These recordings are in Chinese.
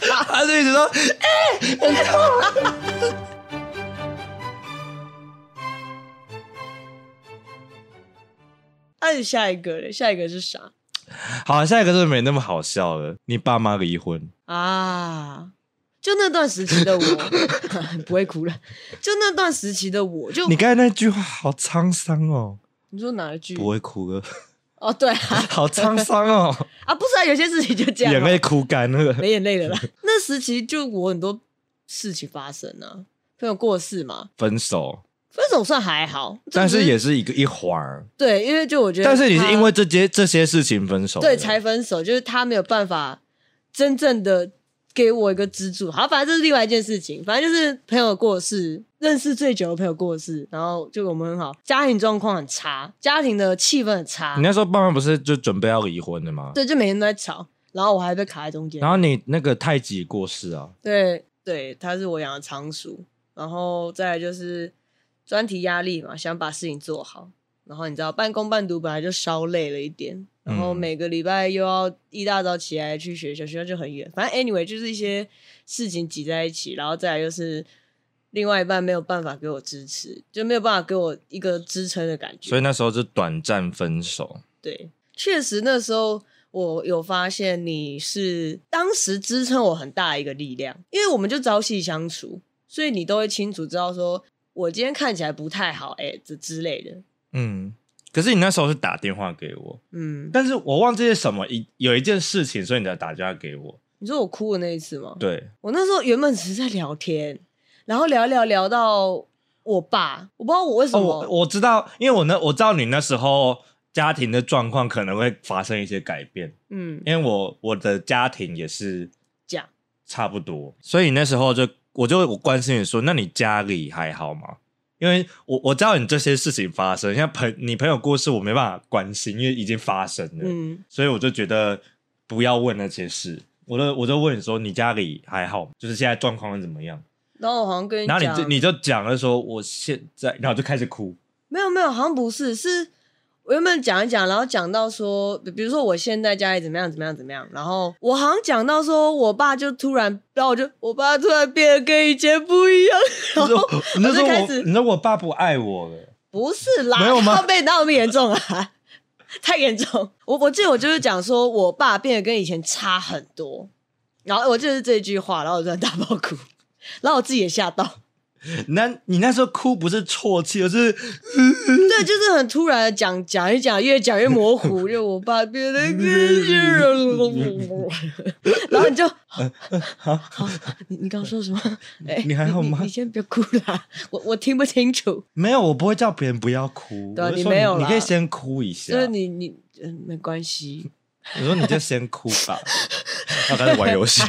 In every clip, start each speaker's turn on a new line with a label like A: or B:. A: 直说，
B: 按下一个嘞，下一个是啥
A: 好，下一个就没那么好笑了。你爸妈离婚，
B: 啊？就那段时期 的我，不会哭了。就那段时期的我，就
A: 你刚才那句话好沧桑哦，
B: 你说哪一句？
A: 不会哭了，
B: 哦，对啊，
A: 好沧桑哦，
B: 啊，不是啊，有些事情就 这样、
A: 眼
B: 啊，
A: 泪哭干了。
B: 没眼泪了啦。那时期就我很多事情发生啊，朋友过世嘛，
A: 分
B: 嗯
A: 手，
B: 分手算还好，这
A: 但
B: 只
A: 是也是一个一环儿。
B: 对，因为就我觉得他，
A: 但是你是因为这些这些事情分手的，
B: 对才分手，就是他没有办法真正的给我一个支柱。好，反正这是另外一件事情，反正就是朋友过世，认识最久的朋友过世，然后就我们很好，家庭状况很差，家庭的气氛很差
A: 你，那时候爸妈不是就准备要离婚了吗？
B: 对，就每天都在吵，然后我还被卡在中间
A: 然。后你那个太极过世啊，
B: 对对，它是我养的仓鼠，然后再来就是专题压力嘛，想把事情做好。然后你知道半工半读本来就稍累了一点，然后
A: 嗯
B: 每个礼拜又要一大早起来去学校，学校就很远。反正 anyway 就是一些事情挤在一起，然后再来就是另外一半没有办法给我支持，就没有办法给我一个支撑的感觉。
A: 所以那时候就短暂分手。
B: 对，确实那时候我有发现你是当时支撑我很大一个力量，因为我们就朝夕相处，所以你都会清楚知道说我今天看起来不太好，哎、这之类的。
A: 嗯，可是你那时候是打电话给我，
B: 嗯，
A: 但是我忘记是什么一有一件事情，所以你才打电话给我。
B: 你说我哭的那一次吗？
A: 对，
B: 我那时候原本只是在聊天，然后聊一聊聊到我爸，我不知道我为什
A: 哦，
B: 么，
A: 我我知道，因为我那我知道你那时候家庭的状况可能会发生一些改变，
B: 嗯，
A: 因为我我的家庭也是
B: 讲
A: 差不多，所以那时候就我就我关心你说，那你家里还好吗？因为我我知道你这些事情发生，像朋你朋友过世，我没办法关心，因为已经发生了，
B: 嗯，
A: 所以我就觉得不要问那些事。我就我就问你说，你家里还好吗？就是现在状况是怎么样？
B: 然后我好像跟你
A: 然
B: 讲，
A: 后你就你就讲了说，我现在，然后我就开始哭。
B: 没有没有，好像不是，是我原本讲一讲，然后讲到说，比比如说我现在家里怎么样怎么样怎么样，然后我好像讲到说我爸就突然，然后我就我爸突然变得跟以前不一样，然后
A: 你就说
B: 我就
A: 我
B: 开始，
A: 你说我爸不爱我了。
B: 不是啦，
A: 没有吗
B: 他被哪有那么严重啊？ 太严重！我我记得我就是讲说，我爸变得跟以前差很多，然后我就是这句话，然后我突然大爆哭，然后我自己也吓到，
A: 那你那时候哭不是啜泣，而是
B: 对，就是很突然的讲讲一讲，越讲越模 糊，就我爸变得跟以前 然后 你就，好，你你刚刚说什么？哎
A: 啊你还好吗
B: 你你先别哭啦，我我听不清楚。
A: 没有，我不会叫别人不要哭。
B: 对啊
A: 我就
B: 你
A: 说
B: 没有
A: 你，
B: 啦
A: 可以先哭一下。
B: 就是你你嗯，没关系，
A: 我说你就先哭 吧，他开始玩游戏。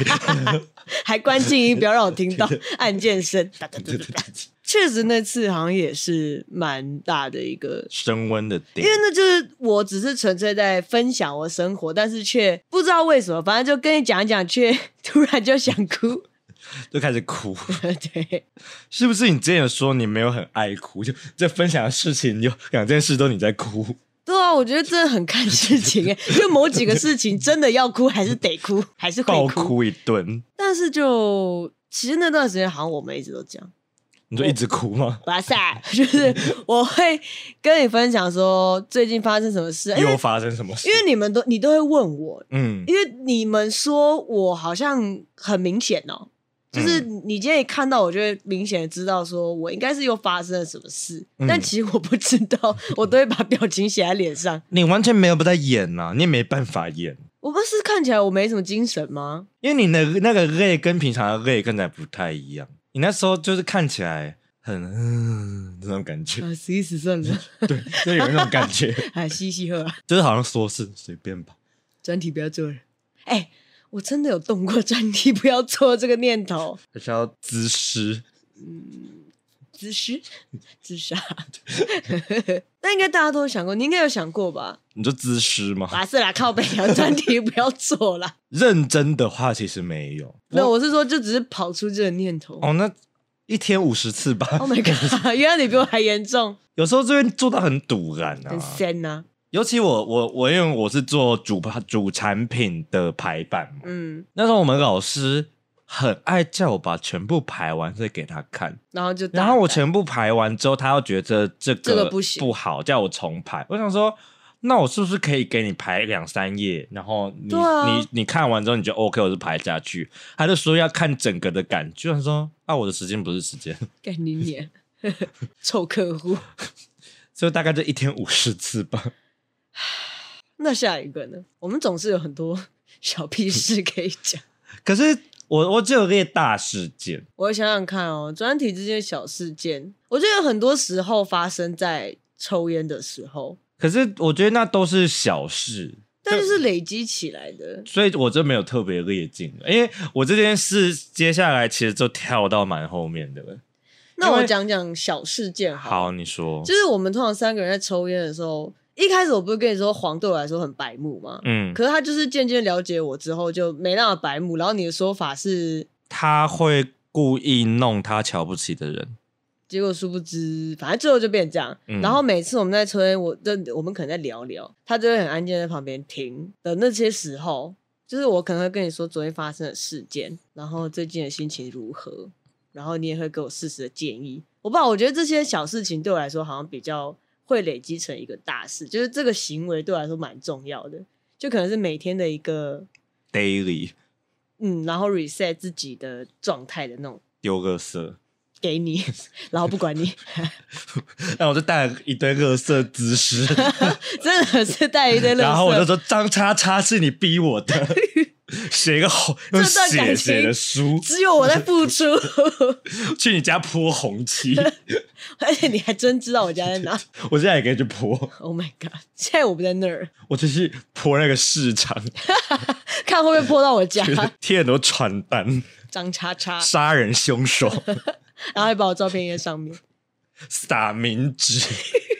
B: 还关静音，不要让我听到按键声。哒哒哒哒哒确实，那次好像也是蛮大的一个
A: 升温的
B: 因
A: 点
B: 为，那就是我只是纯粹在分享我生活，但是却不知道为什么，反正就跟你讲一讲，却 突然就想哭。
A: 就开始哭。
B: 对，
A: 是不是你之前有说你没有很爱哭？就这分享的事情，有两件事都你在哭。
B: 对啊，我觉得真的很看事情哎，就某几个事情真的要哭还是得哭，还是
A: 爆
B: 会哭。
A: 哭一顿，
B: 但是就其实那段时间好像我们一直都这样，
A: 你就一直哭吗？
B: 哇塞， 就是我会跟你分享说最近发生什么事，因为
A: 又发生什么事
B: 因？为你们都你都会问我，
A: 嗯，
B: 因为你们说我好像很明显哦，就是你今天一看到我，就会明显地知道说我应该是又发生了什么事，
A: 嗯
B: 但其实我不知道，我都会把表情写在脸上。
A: 你完全没有不在演呐、你也没办法演，
B: 我不是看起来我没什么精神吗？
A: 因为你的那个泪跟平常的泪看起来不太一样。你那时候就是看起来很 嗯那种感觉，
B: 啊，死一死算了，
A: 对，就有那种感觉，
B: 哎，嘻嘻呵啊，
A: 就是好像说是随便吧。
B: 专题不要做了。哎、我真的有动过专题不要做这个念头，
A: 还是要自私。
B: 自私、自杀。 那应该大家都有想过，你应该有想过吧？
A: 你就自私吗？
B: 啊，是啦，靠北啊，专题不要做啦。
A: 认真的话，其实没有。
B: 没有，我是说，就只是跑出这个念头。
A: 哦，那一天五十次吧。
B: Oh my god！原来 你比我还严重，
A: 有时候这边做到很堵然啊
B: 很。深呐、
A: 尤其我我我因为我是做主主产品的排版嘛，
B: 嗯
A: 那时候我们老师很爱叫我把全部排完再给他看，
B: 然后就打
A: 然后我
B: 开
A: 全部排完之后，他又觉得这个
B: 这个不行
A: 不好，叫我重排。我想说，那我是不是可以给你排两三页，然后你、
B: 对啊
A: 你你看完之后你就 OK，我就排下去。他就说要看整个的感觉，我想说啊，我的时间不是时间，
B: 干你脸， 臭客户。
A: 所以大概就一天五十次吧。
B: 那下一个呢？我们总是有很多小屁事可以讲。
A: 可是我我只有列大事件，
B: 我想想看哦，专题之间的小事件，我觉得有很多时候发生在抽烟的时候，
A: 可是我觉得那都是小事。
B: 但是是累积起来的。
A: 所以我真没有特别列进，因为我这件事接下来其实就跳到蛮后面的了。
B: 那
A: 因
B: 我
A: 为
B: 讲讲小事件好了
A: 好，你说，
B: 就是我们通常三个人在抽烟的时候，一开始我不是跟你说黄对我来说很白目吗？
A: 嗯，
B: 可是他就是渐渐了解我之后就没那么白目，然后你的说法是，
A: 他会故意弄他瞧不起的人，
B: 结果殊不知，反正最后就变这样。
A: 嗯
B: 然后每次我们在抽烟，我的我们可能在聊聊，他就会很安静地在旁边听的那些时候，就是我可能会跟你说昨天发生的事件，然后最近的心情如何，然后你也会给我适时的建议。我不知道，我觉得这些小事情对我来说好像比较会累积成一个大事，就是这个行为对我来说蛮重要的，就可能是每天的一个
A: daily
B: 嗯，然后 reset 自己的状态的那种。
A: 丢垃圾，
B: 给你， 然后不管你，
A: 然后我就带了一堆垃圾 姿势，
B: 真的是带一堆乐色。
A: 然后我就说张叉叉是你逼 我的，写一个红用
B: 这段
A: 血
B: 感情
A: 写的书，
B: 只有我在付出，
A: 去你家泼红漆，
B: 而且你还真知道我家在哪。
A: 我现在也可以去泼，
B: Oh my god！现在我不在那儿，
A: 我就去泼那个市 场，
B: 看会不会泼到我 家
A: 贴很多传单，
B: 张叉叉，
A: 杀人 凶手。
B: 然后还把我照片印在上面，
A: 撒冥纸，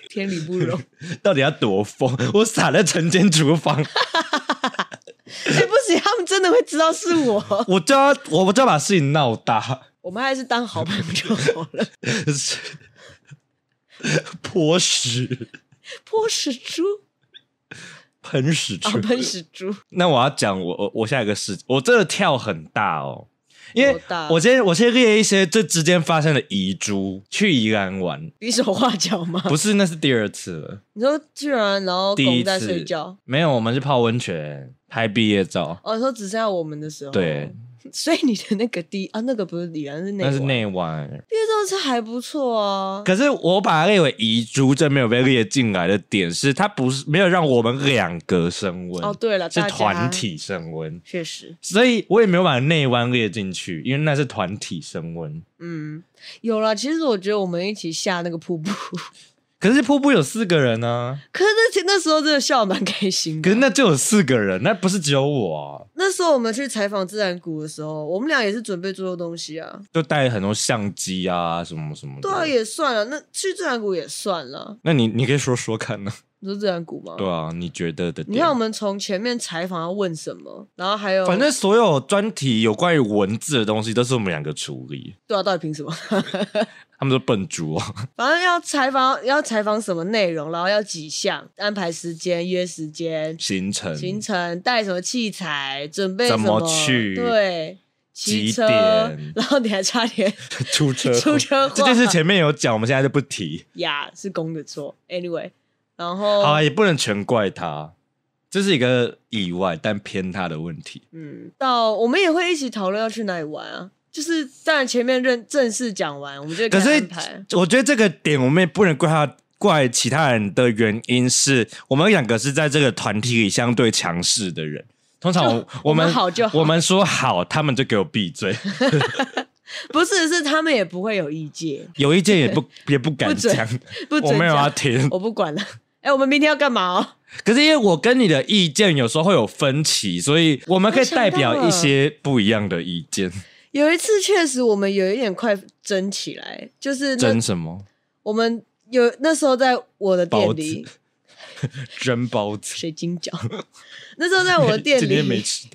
B: 天理不容。
A: 到底要多疯？我撒在晨间厨房，
B: 哎、不行，他们真的会知道是我。
A: 我就要我我就要把事情闹大，
B: 我们还是当好朋友好了。
A: 泼屎、
B: 泼屎猪
A: 喷屎
B: 啊
A: 出。，
B: 喷屎猪，
A: 那我要讲我我我下一个事，我真的跳很大哦，因为
B: 多大
A: 我先我先列一些这之间发生的遗珠，去宜 兰玩，
B: 比手画脚吗？
A: 不是那是第二次了，
B: 你说居然然后
A: 第一
B: 拱在
A: 次
B: 睡觉，
A: 没有，我们是泡温泉拍毕业照，
B: 哦，你说只剩下我们的时候，
A: 对，
B: 所以你的那个第啊，那个不是李然是那
A: 那是内湾，
B: 毕业照是还不错啊，
A: 可是我把它列为遗珠，这没有被列进来的点是，它不是没有让我们两个升温
B: 哦对了
A: 是
B: 大家
A: 团体升温，
B: 确实。
A: 所以我也没有把内湾列进去，因为那是团体升温。
B: 嗯，有啦。其实我觉得我们一起下那个瀑布，
A: 可是瀑布有四个人啊，
B: 可是那那时候真的笑得蛮开心
A: 可
B: 的。
A: 是那就有四个人，那不是只有我、啊，
B: 那时候我们去采访自然谷的时候，我们俩也是准备做做东西啊。
A: 就带很多相机啊，什么什么的。
B: 对啊，也算了。那去自然谷也算了。
A: 那你你可以说说看呢、
B: 你说自然谷吗？
A: 对啊，你觉得的点？
B: 你看我们从前面采访要问什么，然后还有
A: 反正所有专题有关于文字的东西都是我们两个处理，
B: 对啊，到底凭什么？
A: 他们说笨猪哦。
B: 反正要采访要采访什么内容，然后要几项，安排时间、约时间、
A: 行程
B: 行程带什么器材，准备
A: 怎
B: 什
A: 么去
B: 对，骑
A: 几
B: 车
A: 点，
B: 然后你还差点
A: 出车 祸
B: 出车祸
A: 这件事前面有讲，我们现在就不提。
B: 呀是公的错。Anyway，然后
A: 好、啊，也不能全怪他，这是一个意外，但偏他的问题。
B: 嗯，到我们也会一起讨论要去哪里玩啊。就是当然前面认正式讲完，我们就会
A: 可
B: 开始
A: 是
B: 安排。
A: 我觉得这个点我们也不能怪他，怪其他人的原因是我们两个是在这个团体里相对强势的人。通常我
B: 就我
A: 们
B: 们好就好
A: 我们说好，他们就给我闭嘴，
B: 不是，是他们也不会有意见，
A: 有意见也不也不敢
B: 不准
A: 讲，
B: 不
A: 我
B: 准
A: 没有啊要
B: 讲，
A: 听。
B: 我不管了。哎、我们明天要干嘛哦？
A: 可是因为我跟你的意见有时候会有分歧，所以我们可以代
B: 我想
A: 表
B: 到
A: 一
B: 了
A: 些不一样的意见。
B: 有一次确实我们有一点快争起来，就是 那
A: 争什么？
B: 我们有那时候在我的
A: 包
B: 店
A: 子
B: 里，
A: 蒸包子。
B: 水晶饺， 那时候在我的店
A: 今天没
B: 里
A: 吃。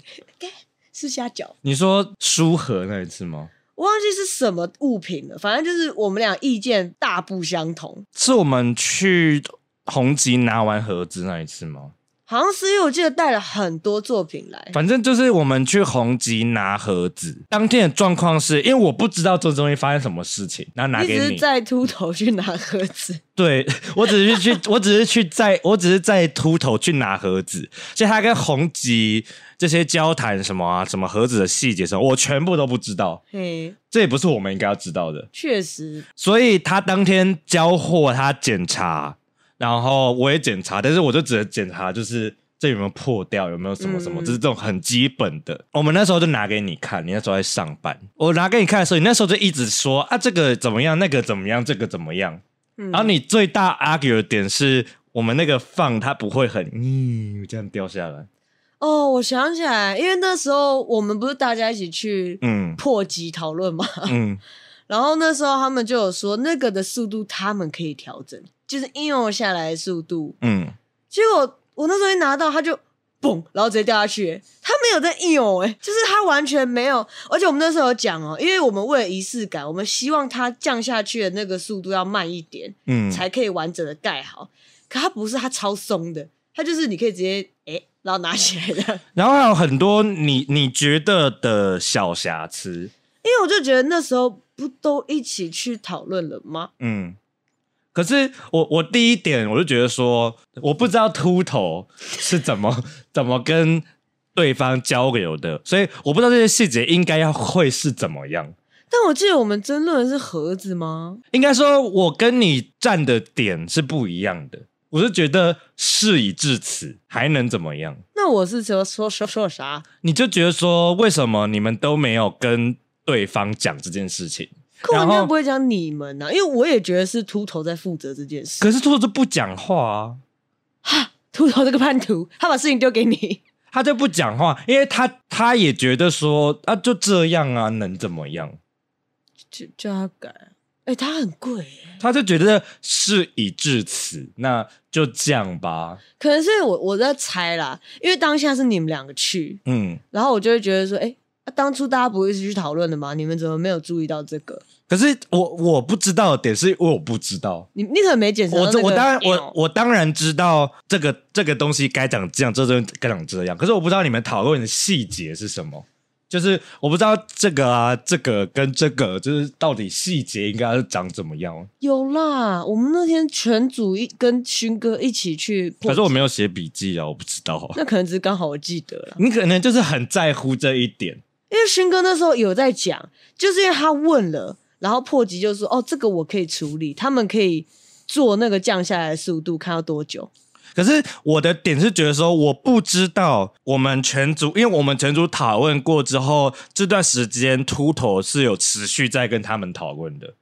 B: 是虾饺，
A: 你说书盒那一次吗？
B: 我忘记是什么物品了，反正就是我们俩意见大不相同，
A: 是我们去红集拿完盒子那一次吗？
B: 好像是因为我记得带了很多作品来，
A: 反正就是我们去红吉拿盒子，当天的状况是因为我不知道这东西发生什么事情，然后拿
B: 你
A: 给
B: 只
A: 你
B: 是。在秃头去拿盒子，
A: 对 我只是去， 我只是去在，我只是在秃头去拿盒子，所以他跟红吉这些交谈什么啊，什么盒子的细节什么，我全部都不知道，
B: 嘿，
A: 这也不是我们应该要知道的。
B: 确实
A: 所以他当天交货，他检查，然后我也检查，但是我就只能检查就是这有没有破掉，有没有什么什么，
B: 嗯
A: 就是这种很基本的。我们那时候就拿给你看，你那时候在上班，我拿给你看的时候，你那时候就一直说啊这个怎么样，那个怎么样，这个怎么样。
B: 嗯
A: 然后你最大 argue 的点是我们那个放它不会很嗯这样掉下来，
B: 哦，我想起来，因为那时候我们不是大家一起去
A: 嗯
B: 破集讨论嘛，
A: 嗯，
B: 然后那时候他们就有说那个的速度他们可以调整，就是应用下来的速度。
A: 嗯，
B: 结果我那时候一拿到，它就嘣，然后直接掉下去、欸他没有在应用，哎，就是他完全没有。而且我们那时候有讲哦、因为我们为了仪式感，我们希望它降下去的那个速度要慢一点，
A: 嗯，
B: 才可以完整的盖好。可它不是，它超松的，它就是你可以直接哎、欸然后拿起来的。
A: 然后还有很多你你觉得的小瑕疵，
B: 因为我就觉得那时候不都一起去讨论了吗？
A: 嗯，可是我我第一点我就觉得说，我不知道秃头是怎么 怎么跟对方交流的，所以我不知道这些细节应该要会是怎么样。
B: 但我记得我们争论的是盒子吗？
A: 应该说，我跟你站的点是不一样的。我是觉得事已至此，还能怎么样？
B: 那我是说说说说啥？
A: 你就觉得说，为什么你们都没有跟对方讲这件事情？
B: 可我
A: 然
B: 应
A: 后
B: 该不会讲你们啊呐、因为我也觉得是秃头在负责这件事。
A: 可是兔子不讲话啊。
B: 秃头这个叛徒，他把事情丢给你，
A: 他就不讲话，因为他他也觉得说啊，就这样啊，能怎么样？
B: 就叫他改。哎、他很贵耶、
A: 他就觉得事已至此，那就这样吧。
B: 可能是我我在猜啦，因为当下是你们两个去，
A: 嗯，
B: 然后我就会觉得说，哎、啊当初大家不会一起去讨论的吗？你们怎么没有注意到这个？
A: 可是我我不知道的点是，我不知道。
B: 你你可能没检查到
A: 我
B: 那
A: 这
B: 个
A: 我当然我
B: 钮
A: 我当然知道这个这个东西该长这样，这东西该长这样。可是我不知道你们讨论的细节是什么，就是我不知道这个啊，这个跟这个，就是到底细节应该是长怎么样。
B: 有啦，我们那天全组一跟勋哥一起去破解，
A: 可是我没有写笔记啊，我不知道啊。
B: 那可能只是刚好我记得了，
A: 你可能就是很在乎这一点，
B: 因为勋哥那时候有在讲，就是因为他问了，然后破吉就说哦，这个我可以处理，他们可以做那个降下来的速度，看要多久。
A: 可是我的点是觉得说，我不知道我们全组，因为我们全组讨论过之后，这段时间秃头是有持续在跟他们讨论的。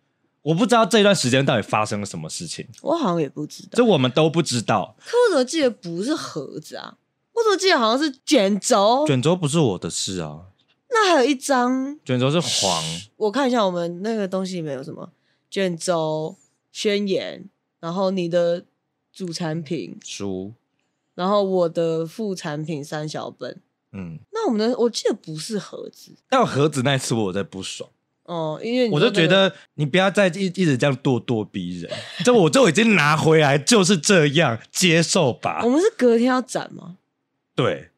A: 我不知道这段时间到底发生了什么事情，
B: 我好像也不知道，
A: 这我们都不知道。
B: 可我怎么记得不是盒子啊？我怎么记得好像是卷轴？
A: 卷轴不是我的事啊，
B: 那还有一张，
A: 卷轴是黄，
B: 我看一下我们那个东西里面有什么：卷轴、宣言，然后你的主产品，
A: 书，
B: 然后我的副产品三小本。
A: 嗯。
B: 那我们的我记得不是盒子
A: 但盒子那次我在不爽，
B: 哦，因为你
A: 我
B: 说
A: 就觉
B: 那个
A: 得你不要再一一直这样咄咄逼人，这我就已经拿回来就是这样，接受吧
B: 我。们是隔天要展嘛，
A: 对，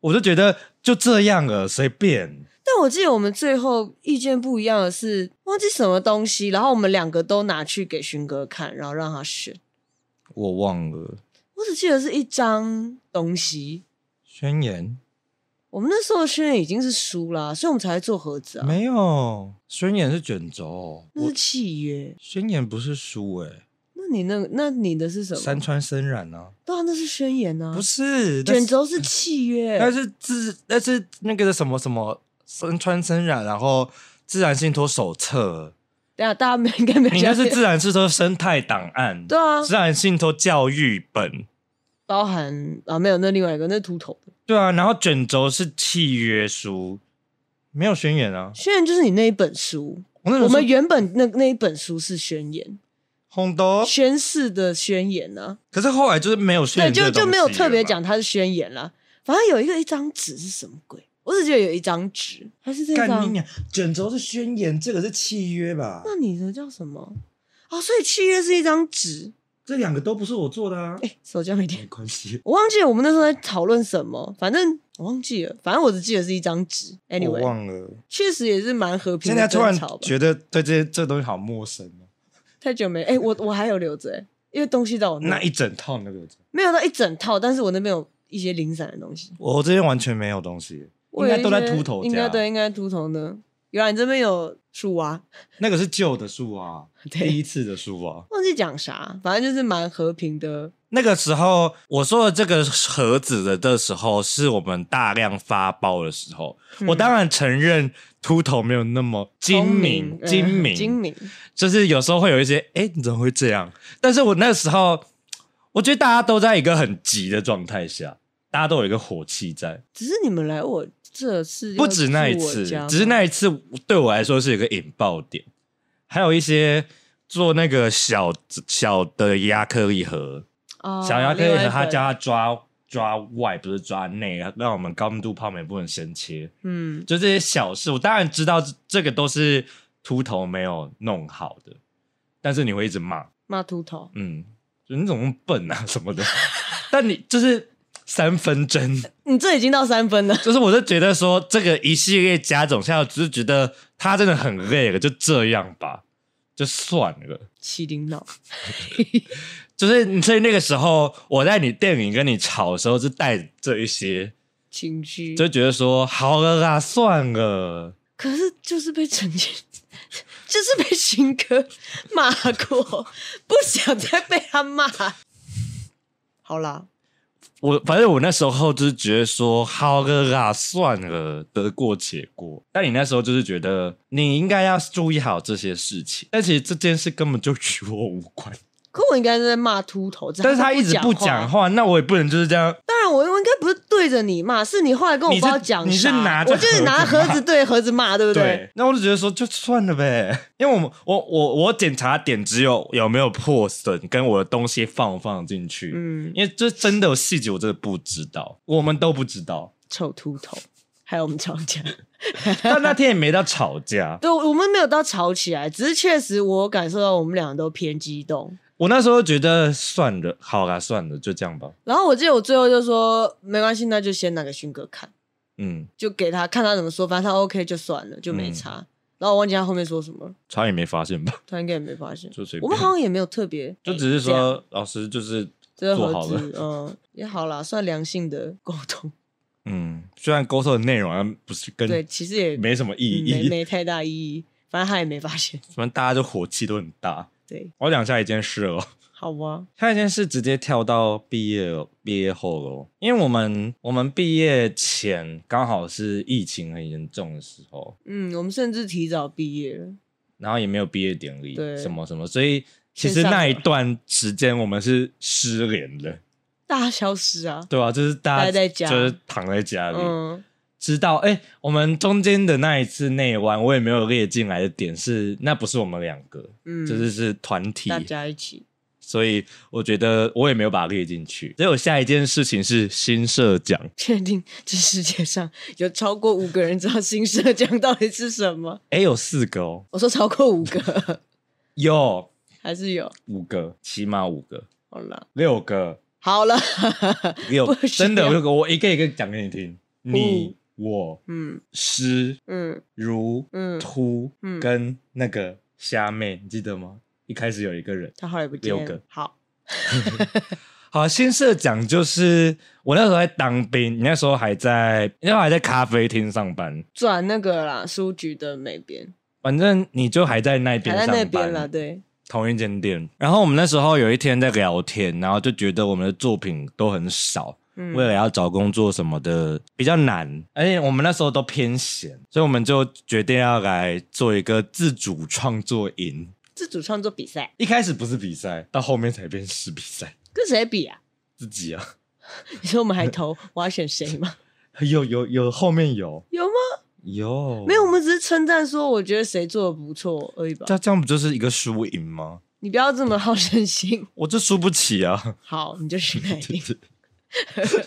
A: 我就觉得就这样了，随便。
B: 但我记得我们最后意见不一样的是忘记什么东西，然后我们两个都拿去给勋哥看，然后让他选。
A: 我忘了
B: 我只记得是一张东西，
A: 宣言，
B: 我们那时候的宣言已经是书啦，所以我们才会做盒子啊。
A: 没有宣言是卷轴，
B: 那
A: 我
B: 是契约，
A: 宣言不是书诶、
B: 那你那个那你的是什
A: 山
B: 么？
A: 川森然啊，
B: 对啊，那是宣言啊，
A: 不是嗯
B: 卷，轴是契约，
A: 那是那是自那是那个什么什么山川森然，然后自然信托手册，
B: 等一下大家没应该没有
A: 你那
B: 了
A: 是
B: 解
A: 自然信托生态档案，
B: 对啊，
A: 自然信托教育本，
B: 包含啊没有那另外一个那是秃头的
A: 对啊，然后卷轴是契约书，没有宣言啊，
B: 宣言就是你那一本书，
A: 我那
B: 我们原本那那一本书是宣言，
A: 红 豆
B: 宣誓的宣言呢、
A: 可是后来就是没有 宣
B: 对，
A: 言这
B: 就
A: 个东
B: 就
A: 西了嘛，
B: 没有特别讲它是宣言啦。反正有一个一张纸是什么鬼，我只记得有一张纸，还是这
A: 干你
B: 张。
A: 娘！卷轴是宣言，这个是契约吧？
B: 那你的叫什么？哦，所以契约是一张纸，
C: 这两个都不是我做的啊，
B: 哎、手机没电
C: 没。关系，
B: 我忘记我们那时候在讨论什么，反正我忘记了，反正我只记得是一张纸。
A: 我
B: Anyway，
A: 忘了。
B: 确实也是蛮和平
A: 现
B: 的
A: 在突然
B: 争吵吧。
A: 觉得对这这东西好陌生哦，
B: 太久没哎、我我还有留着哎、因为东西到我那
A: 那一整套那个，
B: 没有到一整套，但是我那边有一些零散的东西，
A: 我这边完全没有东西，
B: 我
A: 应
B: 有
A: 该都在
B: 一些
A: 秃头
B: 应该
A: 家，
B: 对，应该秃头呢。原来你这边有树蛙，
A: 那个是旧的树啊，
B: 对
A: 第一次的树啊。
B: 忘记讲啥，反正就是蛮和平的。
A: 那个时候我说的这个盒子的的时候，是我们大量发包的时候。
B: 嗯
A: 我当然承认秃头没有那么精
B: 聪
A: 明，精
B: 嗯
A: 明，
B: 精明，
A: 就是有时候会有一些，哎、你怎么会这样？但是我那时候，我觉得大家都在一个很急的状态下，大家都有一个火气在。
B: 只是你们来我这是要
A: 不止那一
B: 住我
A: 次
B: 家，
A: 只是
B: 吗
A: 那一次对我来说是一个引爆点，还有一些做那个小小的亚克力盒，
B: 哦
A: 小亚克力
B: 另外
A: 盒
B: 一
A: 他
B: 本
A: 叫他抓抓外，不是抓内，让我们高密度泡面不能生切，
B: 嗯
A: 就这些小事，我当然知道这这个都是秃头没有弄好的，但是你会一直骂，
B: 骂秃头，
A: 嗯，就你怎么那么笨啊什么的， 但你就是三分真。
B: 你这已经到三分了。
A: 就是我就觉得说这个一系列加总下，来，我只是觉得他真的很累了，就这样吧，就算了。
B: 麒麟脑，
A: 就是所以那个时候我在你电影跟你吵的时候，是带着这一些，
B: 情绪，
A: 就觉得说好了啦，算了。
B: 可是就是被陈建， 就是被新哥骂过，不想再被他骂。好啦，
A: 我反正我那时候就是觉得说好了啦，算了，得过且过。但你那时候就是觉得你应该要注意好这些事情，但其实这件事根本就与我无关。
B: 可我应该是在骂秃头，只
A: 但是他一直不
B: 讲
A: 讲。话，那我也不能就是这样
B: 当然，我我应该不是对着你骂，是你后来跟我不
A: 你
B: 知
A: 是
B: 道讲啥
A: 你是拿着
B: 我就是拿
A: 盒
B: 盒
A: 子骂
B: 子对盒子骂，对不对？，
A: 那我就觉得说就算了呗，因为我们我我我检查点只有有没有破损，跟我的东西放不放进去，
B: 嗯，
A: 因为这真的有细节我真的不知道，我们都不知道，
B: 臭秃头，还有我们吵架。
A: 但那天也没到吵架，
B: 对，我们没有到吵起来，只是确实我有感受到我们俩都偏激动。
A: 我那时候觉得算了，好啦，算了，就这样吧，
B: 然后我记得我最后就说没关系，那就先拿给勋哥看，
A: 嗯，
B: 就给他看他怎么说，反正他 OK 就算了，就没差。然后我忘记他后面说什么了，
A: 他也没发现吧，
B: 他应该也没发现。
A: 就随
B: 我们
A: 便
B: 好，像也没有特别，
A: 就只是
B: 这样
A: 说老师就是
B: 这个
A: 做好
B: 合资，嗯，也好啦，算良性的沟通。
A: 嗯，虽然沟通的内容好像不是跟
B: 对，其实也
A: 没什么意
B: 嗯没
A: 义，
B: 没太大意义，反正他也没发现。
A: 反正大家就火气都很大。
B: 对，
A: 我讲下一件事哦。
B: 好啊吧，
A: 下一件事直接跳到毕业了毕业后了哦，因为我们我们毕业前刚好是疫情很严重的时候，
B: 嗯，我们甚至提早毕业了，
A: 然后也没有毕业典礼
B: 对，
A: 什么什么，所以其实
B: 线上的
A: 那一段时间我们是失联的，
B: 大家消失啊，
A: 对吧、就是大
B: 待
A: 家
B: 在家
A: 就是躺在家里，
B: 嗯，
A: 直到哎、我们中间的那一次内湾，我也没有列进来的点是，那不是我们两个，
B: 嗯
A: 就是是团体
B: 大家一起，
A: 所以我觉得我也没有把它列进去。所以我下一件事情是新社奖，
B: 确定这世界上有超过五个人知道新社奖到底是什么？
A: 哎，有四个哦，
B: 我说超过五个
A: 有
B: 还是有？
A: 五个，起码五个，
B: 好了，
A: 六个，
B: 好了，
A: 六
B: 不，需要
A: 真的六个，我一个一个讲给你听。你、我、
B: 嗯
A: 诗、
B: 嗯
A: 如、
B: 嗯，
A: 突
B: 嗯
A: 跟那个虾妹，你记得吗？一开始有一个人。
B: 他后来不见
A: 六个，
B: 好，
A: 好，新社奖就是我那时候在当兵，你那时候还在，你那时候还在咖啡厅上班，
B: 转那个啦，书局的美编，
A: 反正你就还在那边
B: 还
A: 上
B: 在
A: 班。
B: 那边啦，对，
A: 同一间店。然后我们那时候有一天在聊天，然后就觉得我们的作品都很少，
B: 嗯
A: 为了要找工作什么的比较难，而且我们那时候都偏闲，所以我们就决定要来做一个自主创作营。
B: 自主创作比赛
A: 一开始不是比赛，到后面才变是比赛，
B: 跟谁比啊？
A: 自己啊，
B: 你说我们还投我要选谁吗？
A: 有有有，后面 有
B: 有吗？
A: 有
B: 哦没有，我们只是称赞说我觉得谁做的不错而已吧。
A: 这这样不就是一个输赢吗？
B: 你不要这么好胜心，
A: 我就输不起啊！
B: 好，你就是那一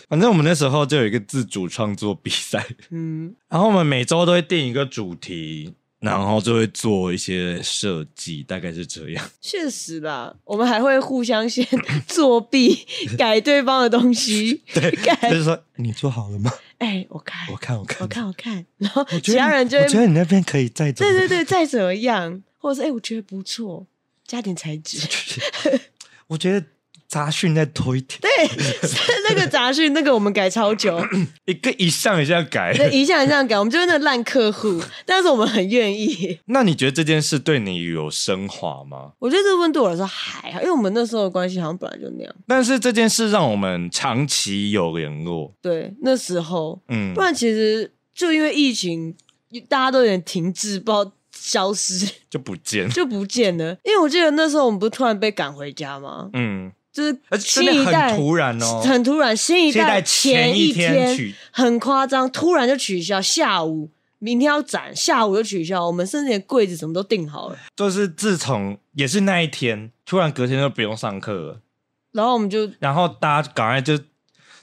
A: 反正我们那时候就有一个自主创作比赛，
B: 嗯
A: 然后我们每周都会定一个主题，然后就会做一些设计，大概是这 样。
B: 确实啦，我们还会互相先作弊，改对方的东 西。对，
A: 就
B: 改
A: 是说你做好了吗？
B: 哎、我看，
A: 我看，我看，
B: 我看，我看，然后
A: 我
B: 其
A: 觉得你。
B: 他人就
A: 我觉
B: 会，
A: 得你那边可以再怎
B: 对
A: 么
B: 对对，再怎么 样，或者是哎、我觉得不错，加点材质。
A: 我觉得杂讯再多一点，
B: 对，是 那个杂讯，那个我们改超久，
A: 一个一项一项改。
B: 对，一项一项改，我们就是那个烂客户，但是我们很愿意。
A: 那你觉得这件事对你有升华吗？
B: 我觉得这部分对我来说还好，因为我们那时候的关系好像本来就那样。
A: 但是这件事让我们长期有联络，
B: 对，那时候，
A: 嗯
B: 不，然其实就因为疫情，大家都有点停滞，不知道消失
A: 就不见，
B: 就不见了。因为我记得那时候我们不是突然被赶回家吗？
A: 嗯，
B: 就是
A: 而且
B: 新
A: 真
B: 一
A: 的
B: 代
A: 很突然哦。
B: 很突然，新一
A: 现
B: 代
A: 在
B: 前
A: 一
B: 天
A: 取，
B: 很夸张，突然就取消，下午明天要展，下午就取消，我们甚至连柜子什么都订好了，
A: 就是自从也是那一天，突然隔天就不用上课了，
B: 然后我们就
A: 然后大家赶快就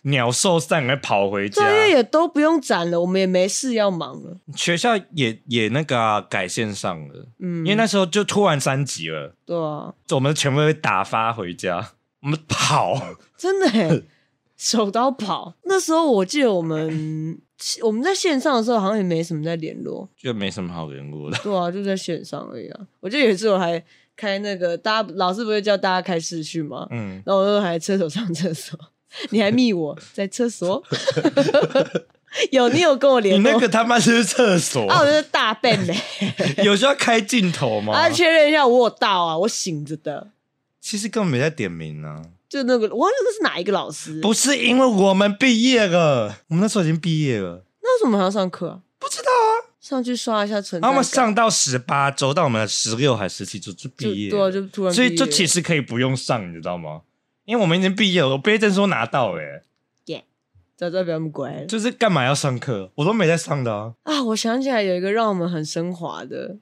A: 鸟兽散，赶快跑回家
B: 这。月也都不用展了，我们也没事要忙了，
A: 学校也也那个、啊、改线上了，
B: 嗯，
A: 因为那时候就突然三级了，
B: 对啊，
A: 我们全部被打发回家，我们跑。
B: 真的欸手刀跑。那时候我记得我们我们在线上的时候好像也没什么在联络，
A: 就没什么好联络的。
B: 对啊，就在线上而已啊。我记得有一次我还开那个大家老师不是叫大家开视讯吗？
A: 嗯，
B: 然后我就还厕所上厕所， 你还密我在厕所， 有你有跟我
A: 你
B: 联络
A: 那个他妈是不是厕所，
B: 啊，我就是大笨 嘞、
A: 有需要开镜头吗？
B: 啊，确认一下我有到啊，我醒着的，
A: 其实根本没在点名啊，
B: 就那个我忘记那个是哪一个老师，
A: 不是因为我们毕业了，我们那时候已经毕业了，
B: 那为什么还要上课啊？
A: 不知道啊。
B: 上去刷一下存在
A: 然后我
B: 感，
A: 们上到十八周，到我们十六还十七周就
B: 就
A: 毕业
B: 对啊，
A: 了，
B: 就突然
A: 所以
B: 毕
A: 就
B: 业
A: 其实可以不用上，你知道吗？因为我们已经毕业了，我毕业证书拿到了、欸，
B: 早知道不要那么乖了
A: 就是干嘛要上课？我都没在上的啊。
B: 啊！我想起来有一个让我们很升华的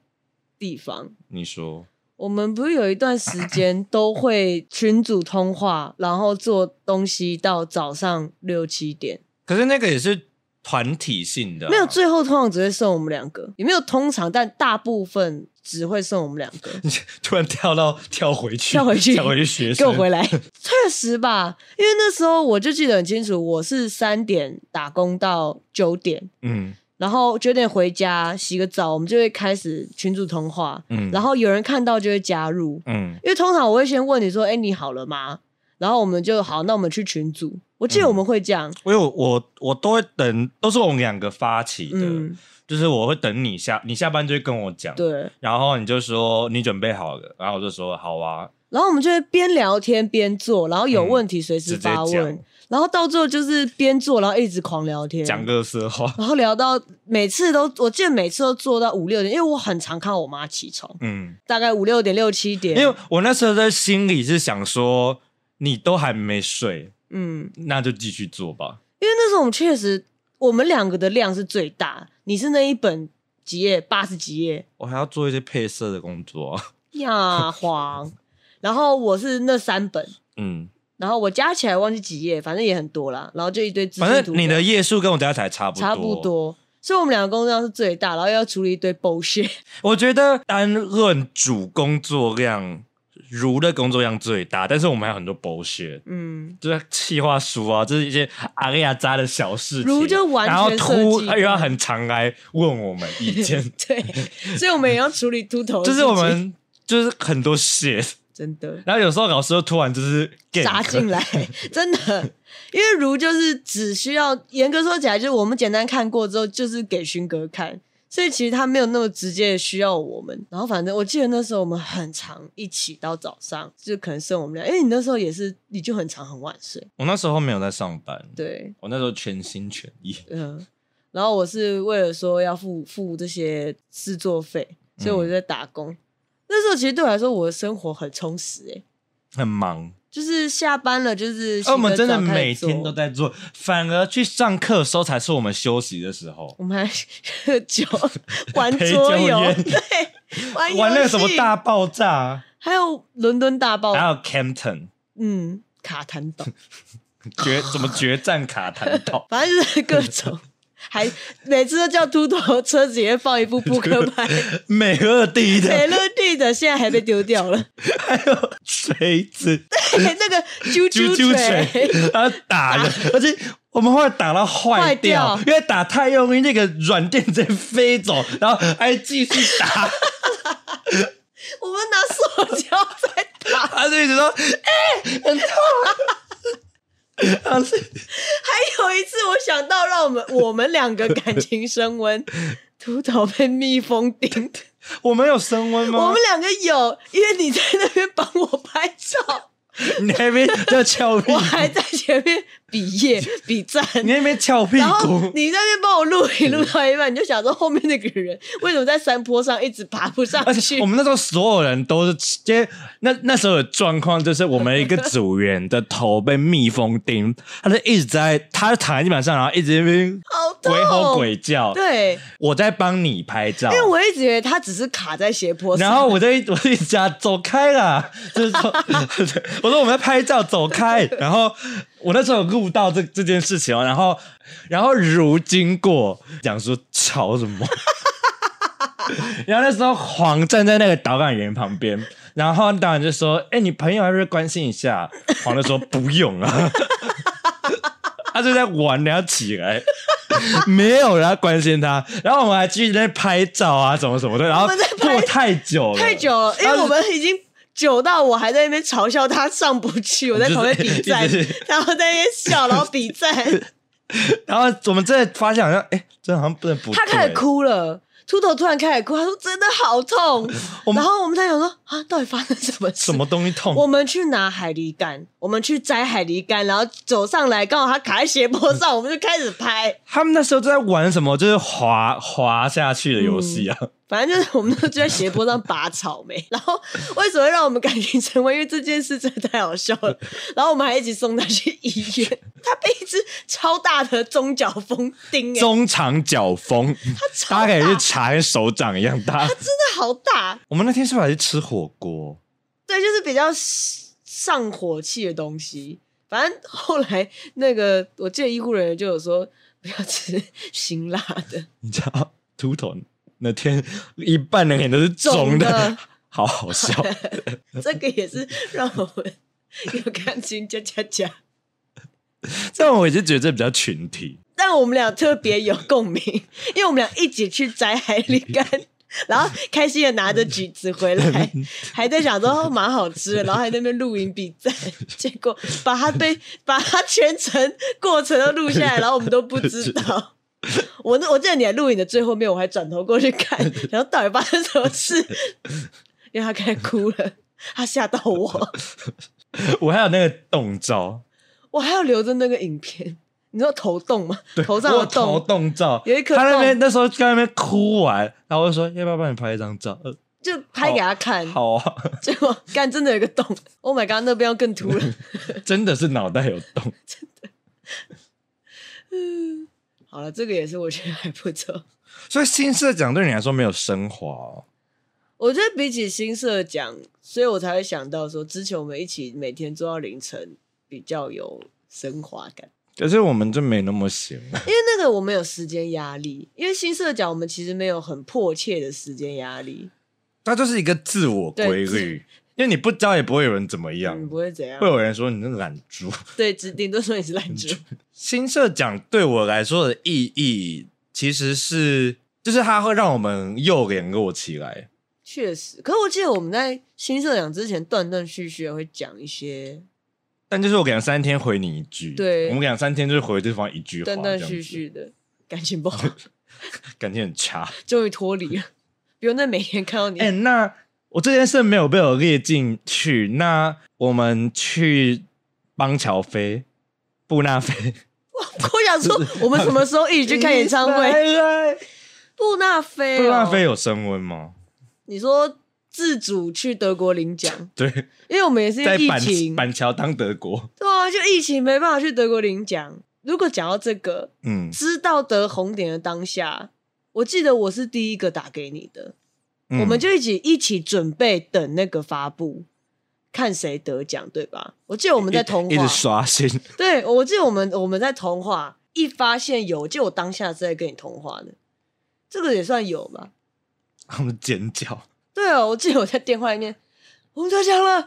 B: 地方，
A: 你说，
B: 我们不是有一段时间都会群组通话，然后做东西到早上六七点。
A: 可是那个也是团体性的啊、
B: 没有，最后通常只会送我们两个，也没有通常，但大部分只会送我们两 个。
A: 突然跳到跳回去，
B: 跳回去
A: 跳回去学
B: 给
A: 生，
B: 我回来，确实吧，因为那时候我就记得很清楚，我是三点打工到九点，
A: 嗯
B: 然后九点回家洗个澡，我们就会开始群组通话，
A: 嗯，
B: 然后有人看到就会加入，
A: 嗯
B: 因为通常我会先问你说：“哎、你好了吗？”然后我们就好，那我们去群组。我
A: 嗯
B: 记得我们会这样，
A: 我有我我都会等，都是我们两个发起的，
B: 嗯，
A: 就是我会等你下，你下班就会跟我讲，
B: 对。
A: 然后你就说你准备好了，然后我就说好啊，
B: 然后我们就会边聊天边做，然后有问题随时
A: 嗯直接
B: 发问，
A: 讲
B: 然后到最后就是边做，然后一直狂聊天，
A: 讲个色话，
B: 然后聊到每次都，我记得每次都做到五六点，因为我很常看我妈起床，
A: 嗯，
B: 大概五六点、六七点，
A: 因为我那时候在心里是想说，你都还没睡，
B: 嗯，
A: 那就继续做吧，
B: 因为那时候我们确实我们两个的量是最大，你是那一本几页，八十几页，
A: 我还要做一些配色的工作啊、
B: 呀黄，然后我是那三本，
A: 嗯，
B: 然后我加起来忘记几页，反正也很多啦，然后就一堆资
A: 反
B: 讯图
A: 正你的
B: 表
A: 页数跟我家才差不多，
B: 差不。多，所以我们两个工作量是最大，然后又要处理一堆 bullshit，
A: 我觉得单论主工作量，如的工作量最大，但是我们还有很多 bullshit，
B: 嗯，
A: 就是企划书啊，就是一些阿利亚扎的小事情，
B: 如就完全
A: 然后
B: 设
A: 突
B: 计，
A: 又要很常来问我们意见
B: 对，所以我们也要处理秃头的
A: 就
B: 事情，
A: 是我们就是很 多 shit，
B: 真的。
A: 然后有时候老师又突然就是
B: 砸
A: gank
B: 进来，真的，因为如就是只需要严格说起来，就是我们简单看过之后，就是给勋哥看，所以其实他没有那么直接的需要我们。然后反正我记得那时候我们很常一起到早上，就可能剩我们俩，因为你那时候也是，你就很常很晚睡，
A: 我那时候没有在上班，
B: 对，
A: 我那时候全心全意，
B: 嗯、然后我是为了说要付付这些制作费，所以
A: 嗯
B: 我就在打工。那时候其实对我来说，我的生活很充实、欸，
A: 很忙。
B: 就是下班了就是洗个澡开始做。
A: 哎而我们真的每天都在做，反而去上课的时候才是我们休息的时候。
B: 我们还喝 酒、玩桌
A: 陪酒
B: 游，
A: 宴
B: 对，玩
A: 玩那
B: 游
A: 个什么
B: 戏
A: 大，啊爆炸啊，
B: 还有伦敦大爆，
A: 还有 Campton
B: 嗯，卡坦岛，
A: 决什么决战卡坦
B: ，
A: 岛
B: 反正就是各种。还每次都叫秃头车子里面放一副扑克牌，
A: 美二第一的，
B: 美乐蒂的现在还被丢掉了，哎
A: 还有 锤子，
B: 那个啾
A: 啾
B: 啾
A: 啾
B: 锤。
A: 锤，然后打的，而且我们后来打到坏
B: 坏
A: 掉，
B: 掉
A: 因为打太用力，那个软垫直接 飞走，然后还继续打，
B: 我们拿塑胶在打，
A: 他就一直说，哎、很痛。然后是
B: 还有一次我想到让我们我们两个感情升温，秃头被蜜蜂叮，
A: 我们有升温
B: 我
A: 吗
B: 们？两个有，因为你在那边帮我拍照，
A: 你那边在 翘屁
B: 我，还在前面比 耶比赞。
A: 你那边翘屁
B: 然后
A: 股，
B: 你在那边帮我录影，录到一半，你就想说后面那个人为什么在山坡上一直爬不上
A: 而且
B: 去
A: 我？们那时候所有人都是，因为那那时候的状况就是，我们一个组员的头被蜜蜂叮，他就一直在，他就躺在地板上，然后一直在那边
B: 好痛！
A: 鬼吼鬼叫。
B: 对，
A: 我在帮你拍照
B: 因，为我一直以为他只是卡在斜坡上，
A: 然后我就一我就一直叫他走开啦， 就是说，我说我们在拍照，走开。然后我那时候有录到这这件事情哦，然后然后如经过讲说吵什么， 然后那时候黄站在那个导览员旁边，然后导演就说：“哎、你朋友要不要关心一下？”黄就说：“不用啊。” 他就在玩，然后起来， 没有人要关心他，然后我们还继续在那拍照啊，什么什么的，然后
B: 我们在拍
A: 过太久了，
B: 太久了，因
A: 他
B: 为
A: 是
B: 我们已经久到我还在那边嘲笑他上不去，我在旁边比赞
A: 就是一直，
B: 然后在那边笑，然后比赞，
A: 然后我们真的发现好像，哎、真的好像不 能不
B: 他开始
A: 对，
B: 哭了。秃头突然开始哭，他说：“真的好痛。
A: 我”们
B: 然后我们在想说：“啊，到底发生什么事？”
A: 什么东西
B: 我
A: 痛？
B: 们去拿海狸干，我们去摘海狸干，然后走上来，刚好他卡在斜坡上，我们就开始拍。
A: 他们那时候都在玩什么？就是滑滑下去的游戏啊。
B: 反正就是我们都就在斜坡上拔草莓。 然后为什么会让我们感情升温？因为这件事真的太好笑 了。然后我们还一起送他去医院，他被一只超大的中角蜂叮、 欸，
A: 中长角蜂，
B: 超
A: 大
B: 大
A: 概也是茶跟手掌一样大。
B: 真的好大。
A: 我们那天是不是还去吃火锅？
B: 对，就是比较上火气的东西。反正后来那个，我记得医护人员就有说不要吃辛辣的。
A: 你知道秃头那天一半的脸都是肿
B: 肿的，
A: 好好笑。
B: 这个也是让我们有感情加加加，
A: 但我也是觉得这比较群体，
B: 但我们俩特别有共鸣，因为我们俩一起去摘海蛎干。然后开心的拿着橘子回来，还在想说哦蛮好吃的，然后还在那边录影比赞，结果把他被 把他全程过程都录下来，然后我们都不知道。我那我记得你在录影的最后面，我还转头过去看，然后到底发生什么事，因为他开始哭了，他吓到我。
A: 我还有那个冻照，
B: 我还要留着那个影片，你知道头洞吗？头上
A: 我有
B: 的
A: 头
B: 洞，
A: 冻照，
B: 有一颗
A: 他那
B: 洞
A: 边那时候在那边哭完，然后我就说要不要帮你拍一张照？呃
B: 就拍给他看。
A: 好啊，
B: 结果干真的有一个洞，Oh my god，那边要更凸 了。
A: 真的是脑袋有洞。
B: 好了，这个也是我觉得还不错。
A: 所以新社长对你来说没有升华、哦，
B: 我觉得比起新社讲，所以我才会想到说，之前我们一起每天做到凌晨，比较有升华感。
A: 可是我们就没那么啊行了。
B: 因为那个我们有时间压力，因为新社讲我们其实没有很迫切的时间压力，
A: 它就是一个自我
B: 对
A: 规律，因为你不教也不会有人怎么样，
B: 嗯，不会怎样
A: 会。有人说你那懒猪。
B: 对，只顶多说你是烂猪。
A: 新社奖对我来说的意义其实是，就是它会让我们又联络起来。
B: 确实，可是我记得我们在新社长之前断断续续地会讲一些
A: 但就是我两三天回你一句，
B: 对
A: 我们两三天就是回对方啊一句话，
B: 断断
A: 这样
B: 续
A: 子
B: 续的感情 不好，
A: 感情很 差。
B: 终于脱离了，不用再每天看到你。
A: 哎、那我这件事没有被我列进去，那我们去邦乔飞、布 纳菲
B: 我想说，我们什么时候一起去看演唱会？哎布纳菲、哦，
A: 布纳菲，有升温吗？
B: 你说自主去德国领奖，
A: 对，
B: 因为我们也是因
A: 在
B: 为疫
A: 板
B: 情，
A: 板桥当德国，
B: 对啊，就疫情没办法去德国领奖。如果讲到这个，
A: 嗯
B: 知道得红点的当下，我记得我是第一个打给你的。
A: 嗯
B: 我们就一起一起准备等那个发布，看谁得奖，对吧？我记得我们在
A: 一
B: 通
A: 一直
B: 话，
A: 刷新，
B: 对我记得我们我们在通话，一发现有，就我当下是在跟你通话的，这个也算有吧？
A: 他们尖叫，
B: 对哦，我记得我在电话里面，我们得奖了，我们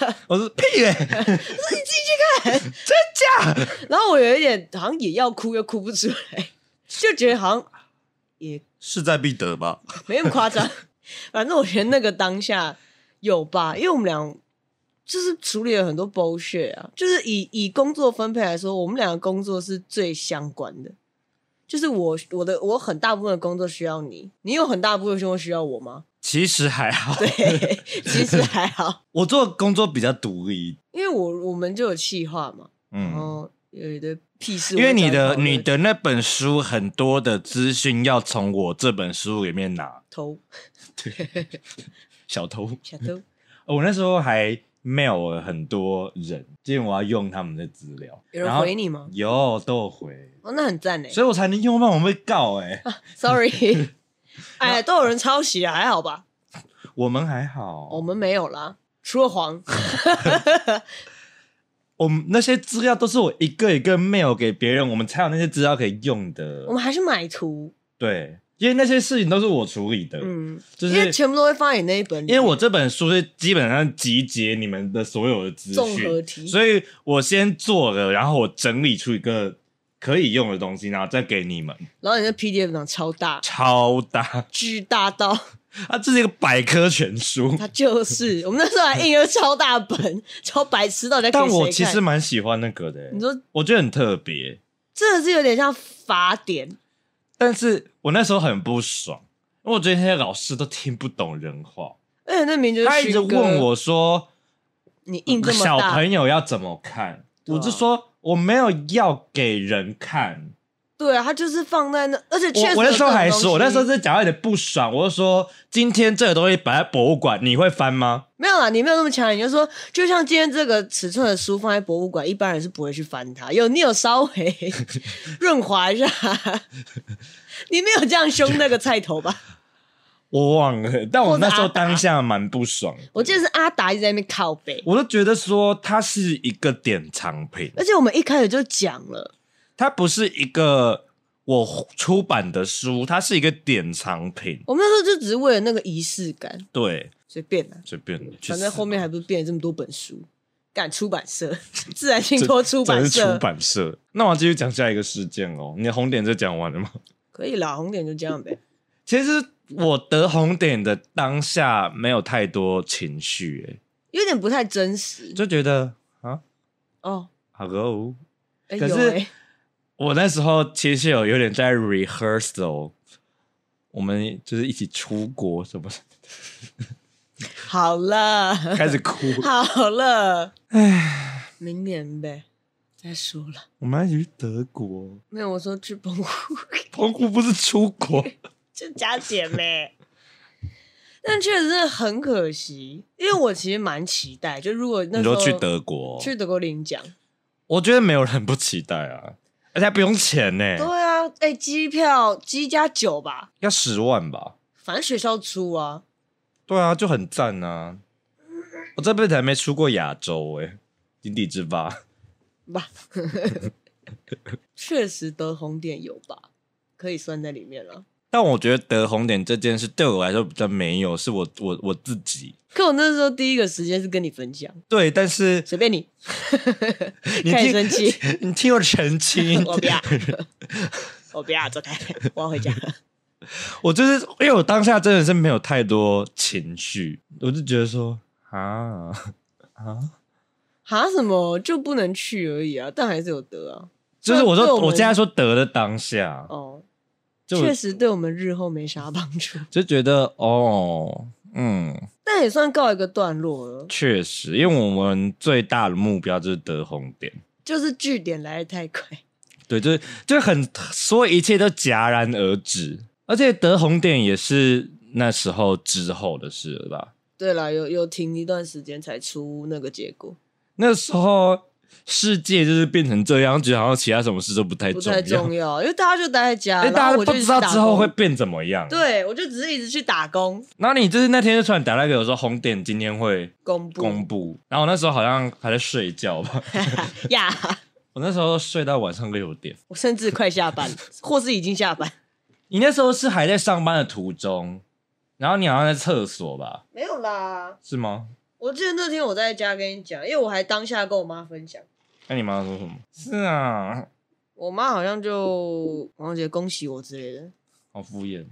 B: 得奖
A: 我说屁嘞、
B: 了，你自己去看。
A: 真假？
B: 然后我有一点好像也要哭，又哭不出来，就觉得好像也
A: 势在必得吧？
B: 没那么夸 张。反正我觉得那个当下有吧，因为我们俩就是处理了很多 bullshit 啊，就是以以工作分配来说，我们俩的工作是最相关的。就是我我的我很大部分的工作需要你，你有很大部分的工作需要我 吗？
A: 其实还好，
B: 对，其实还好，
A: 我做工作比较独立，嗯
B: 因为我我们就有气话嘛，然后有一堆屁事我
A: 因
B: 会找
A: 为
B: 你
A: 你
B: 讨论，
A: 的你的那本书很多的资讯要从我这本书里面拿，
B: 头
A: 小偷。
B: 小偷，
A: 呃我那时候还 mail 了很多人，因为我要用他们的资料，
B: 有人
A: 然后
B: 回你吗？
A: 有都有回，
B: 哦，那很赞呢。
A: 所以我才能用，不然我会被告哎、
B: Sorry，哎， 都有人抄袭啊，还好吧？
A: 我们还好，
B: 我们没有啦，除了黄，
A: 我们那些资料都是我一个一个 mail 给别人，我们才有那些资料可以用的
B: 我。们还是买图，
A: 对，因为那些事情都是我处理的，
B: 嗯，
A: 就是
B: 因为全部都会放在你那一本里，
A: 因为我这本书是基本上集结你们的所有的资
B: 综合
A: 讯，
B: 题，
A: 所以我先做了，然后我整理出一个可以用的东西，然后再给你们。
B: 然后你的 PDF 档超大，
A: 超大，
B: 巨大到，
A: 它这是一个百科全书
B: 它就是我们那时候还印了超大本，超白痴到底在给
A: 但
B: 谁看
A: 我其实蛮喜欢那个的、欸
B: 你说
A: 我觉得很特别。
B: 真的是有点像法典，
A: 但是我那时候很不爽，因为我觉得那些老师都听不懂人话，
B: 而且那名就是
A: 他一直
B: 勋哥
A: 问我说嗯
B: 你印这么
A: 小
B: 大，
A: 朋友要怎么看，
B: 对啊
A: 我就说我没有要给人看。
B: 对啊，他就是放在那，而且确实
A: 我我那时候还说，我那时候
B: 是
A: 是讲到有点不爽，我就说今天这个东西摆在博物馆，你会翻吗？
B: 没有啦，你没有那么强，你就说，就像今天这个尺寸的书放在博物馆，一般人是不会去翻它。有你有稍微 润滑一下，你没有这样凶那个菜头吧？
A: 我忘了，但我那时
B: 或
A: 候
B: 者阿达
A: 当下蛮不爽的，
B: 我记得是阿达一直在那边靠背，
A: 我都觉得说它是一个典藏品，
B: 而且我们一开始就讲了，
A: 它不是一个我出版的书，它是一个典藏品。
B: 我们那时候就只是为了那个仪式感，
A: 对，
B: 随便啦，
A: 随便的，去
B: 反正
A: 死
B: 后面还不是变了这么多本书。干出版社， 自然信托出
A: 真
B: 版
A: 的是
B: 社
A: 出版社。那我要继续讲下一个事件哦。你的红点就讲完了吗？
B: 可以啦，红点就这样呗。
A: 其实我得红点的当下没有太多情绪，
B: 有点不太真实
A: 哎，就觉得啊
B: 哦。
A: ，hello。
B: 哎
A: 可
B: 有
A: 是
B: 哎
A: 我那时候其实有有点在 rehearsal，我们就是一起出国 什么，
B: 好了，
A: 开始哭。
B: 好了，唉，明年呗，再说了。
A: 我们要一起去德国，
B: 没有，我说去澎湖
A: 澎湖不是出国？
B: 就加姐 妹，但确实真的很可惜，因为我其实蛮期待，就如果那
A: 你
B: 时候
A: 说去德国，
B: 去德国领奖，
A: 我觉得没有人不期待啊，而且还不用钱呢、
B: 对啊，哎、机票机加酒吧，
A: 要十万吧？
B: 反正学校出啊，
A: 对啊，就很赞啊！我这辈子还没出过亚洲哎、井底之蛙。
B: 吧， 确实得红点有吧，可以算在里面了。
A: 但我觉得得红点这件事对我来说比较没有，是我我我自己
B: 可我那时候第一个时间是跟你分享，
A: 对，但是
B: 随便你，
A: 你
B: 开始
A: 听
B: 生气。
A: 你听我
B: ，
A: 澄清
B: 我不要，我不要走开， 我要回家。
A: 我就是因为我当下真的是没有太多情绪，我就觉得说啊啊，
B: 哈什么就不能去而已啊，但还是有得啊。
A: 就是我
B: 对
A: 说
B: 我们
A: 我现在说得的当下，
B: 哦，
A: 就
B: 确实对我们日后没啥帮助，
A: 就觉得哦，嗯，
B: 但也算告一个段落了。
A: 确实，因为我们最大的目标就是得红点，
B: 就是据点来的太快，
A: 对，就是就是很所有一切都戛然而止，而且得红点也是那时候之后的事了吧？
B: 对了，有有停一段时间才出那个结果，
A: 那时候世界就是变成这样，觉得好像其他什么事都不太
B: 不
A: 重
B: 太
A: 要
B: 重，要，因为大家就待在家，
A: 因为
B: 然
A: 大
B: 后
A: 家
B: 我
A: 不
B: 就
A: 知道
B: 一直打
A: 之后
B: 工
A: 会。变怎么样。，
B: 对，我就只是一直去打工，
A: 然后你就是那天就突然打来给我说红点今天会
B: 公布
A: 公布，然后我那时候好像还在睡觉吧，
B: 呀，
A: 我那时候睡到晚上六点。
B: 我甚至快下班，或是已经下班。
A: 你那时候是还在上班的途中，然后你好像在厕所吧？
B: 没有啦，
A: 是吗？
B: 我记得那天我在家跟你讲，因为我还当下跟我妈分享，
A: 那你妈说什么？是啊，
B: 我妈好像就王姐恭喜我之类的，
A: 好敷衍。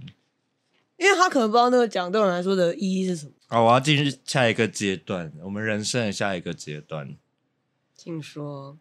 B: 因为她可能不知道那个奖对我来说的意义是什么。
A: 好，我要进入下一个阶段，我们人生的下一个阶段。
B: 听说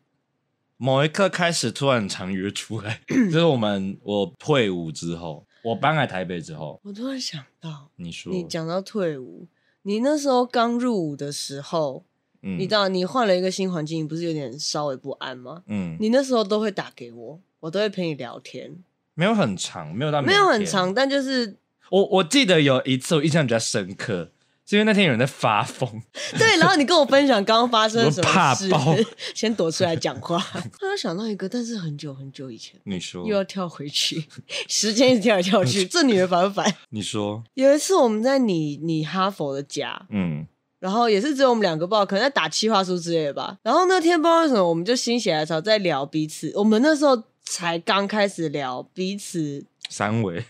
A: 某一刻开始突然常约出 来，就是我们我退伍之后，我搬来台北之后，
B: 我突然想到，
A: 你说
B: 你讲到退伍，你那时候刚入伍的时候，
A: 嗯
B: 你知道你换了一个新环境，你不是有点稍微不安吗？
A: 嗯，
B: 你那时候都会打给我，我都会陪你聊天，
A: 没有很长，没有到
B: 没有
A: 每
B: 很
A: 天。
B: 长，但就是
A: 我我记得有一次我印象比较深刻，是因为那天有人在发疯，
B: 对，然后你跟我分享刚刚发生了
A: 我
B: 什么
A: 怕
B: 事
A: 爆，
B: 先躲出来讲 话。突然想到一个，但是很久很久以前，
A: 你说
B: 又要跳回去， 时间一直跳来跳去，这女人烦不烦？
A: 你说
B: 有一次我们在你你哈佛的家，
A: 嗯
B: 然后也是只有我们两个不知道，可能在打企划书之类的吧。然后那天不知道为什么，我们就心血来潮在聊彼此，我们那时候才刚开始聊彼此
A: 三维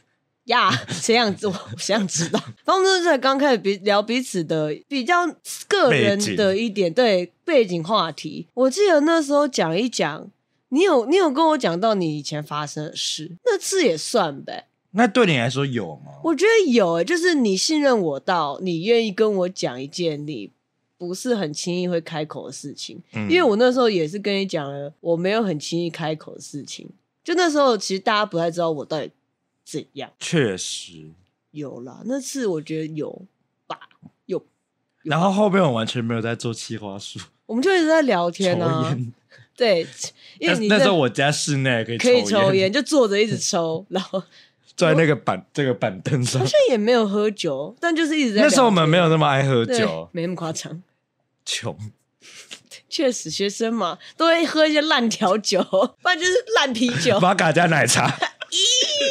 B: 呀， 谁想知我谁想知道？反正我们就是在刚开始比聊彼此的比较个人的一点对背景话题。我记得那时候讲一讲，你有你有跟我讲到你以前发生的事，那次也算呗。
A: 那对你来说有吗？
B: 我觉得有诶、欸就是你信任我到你愿意跟我讲一件你不是很轻易会开口的事情，
A: 嗯
B: 因为我那时候也是跟你讲了，我没有很轻易开口的事情。就那时候，其实大家不太知道我到底怎样。
A: 确实，
B: 有啦，那次我觉得有吧，有。
A: 然后后面我完全没有在做企划书，
B: 我们就一直在聊
A: 抽
B: 天啊，
A: 烟。
B: 对，因为
A: 但
B: 你
A: 那时
B: 在
A: 候我家室内可以
B: 可以抽
A: 烟，
B: 烟，就坐着一直抽，然后好
A: 坐在那个板这个板 凳上。
B: 像也没有喝酒，但就是一直在聊天。
A: 那时候我们没有那么爱喝
B: 对
A: 酒，
B: 没那么夸张。
A: 穷。，
B: 确实，学生嘛，都会喝一些烂调酒， 不然就是烂啤酒
A: 玛卡加奶茶，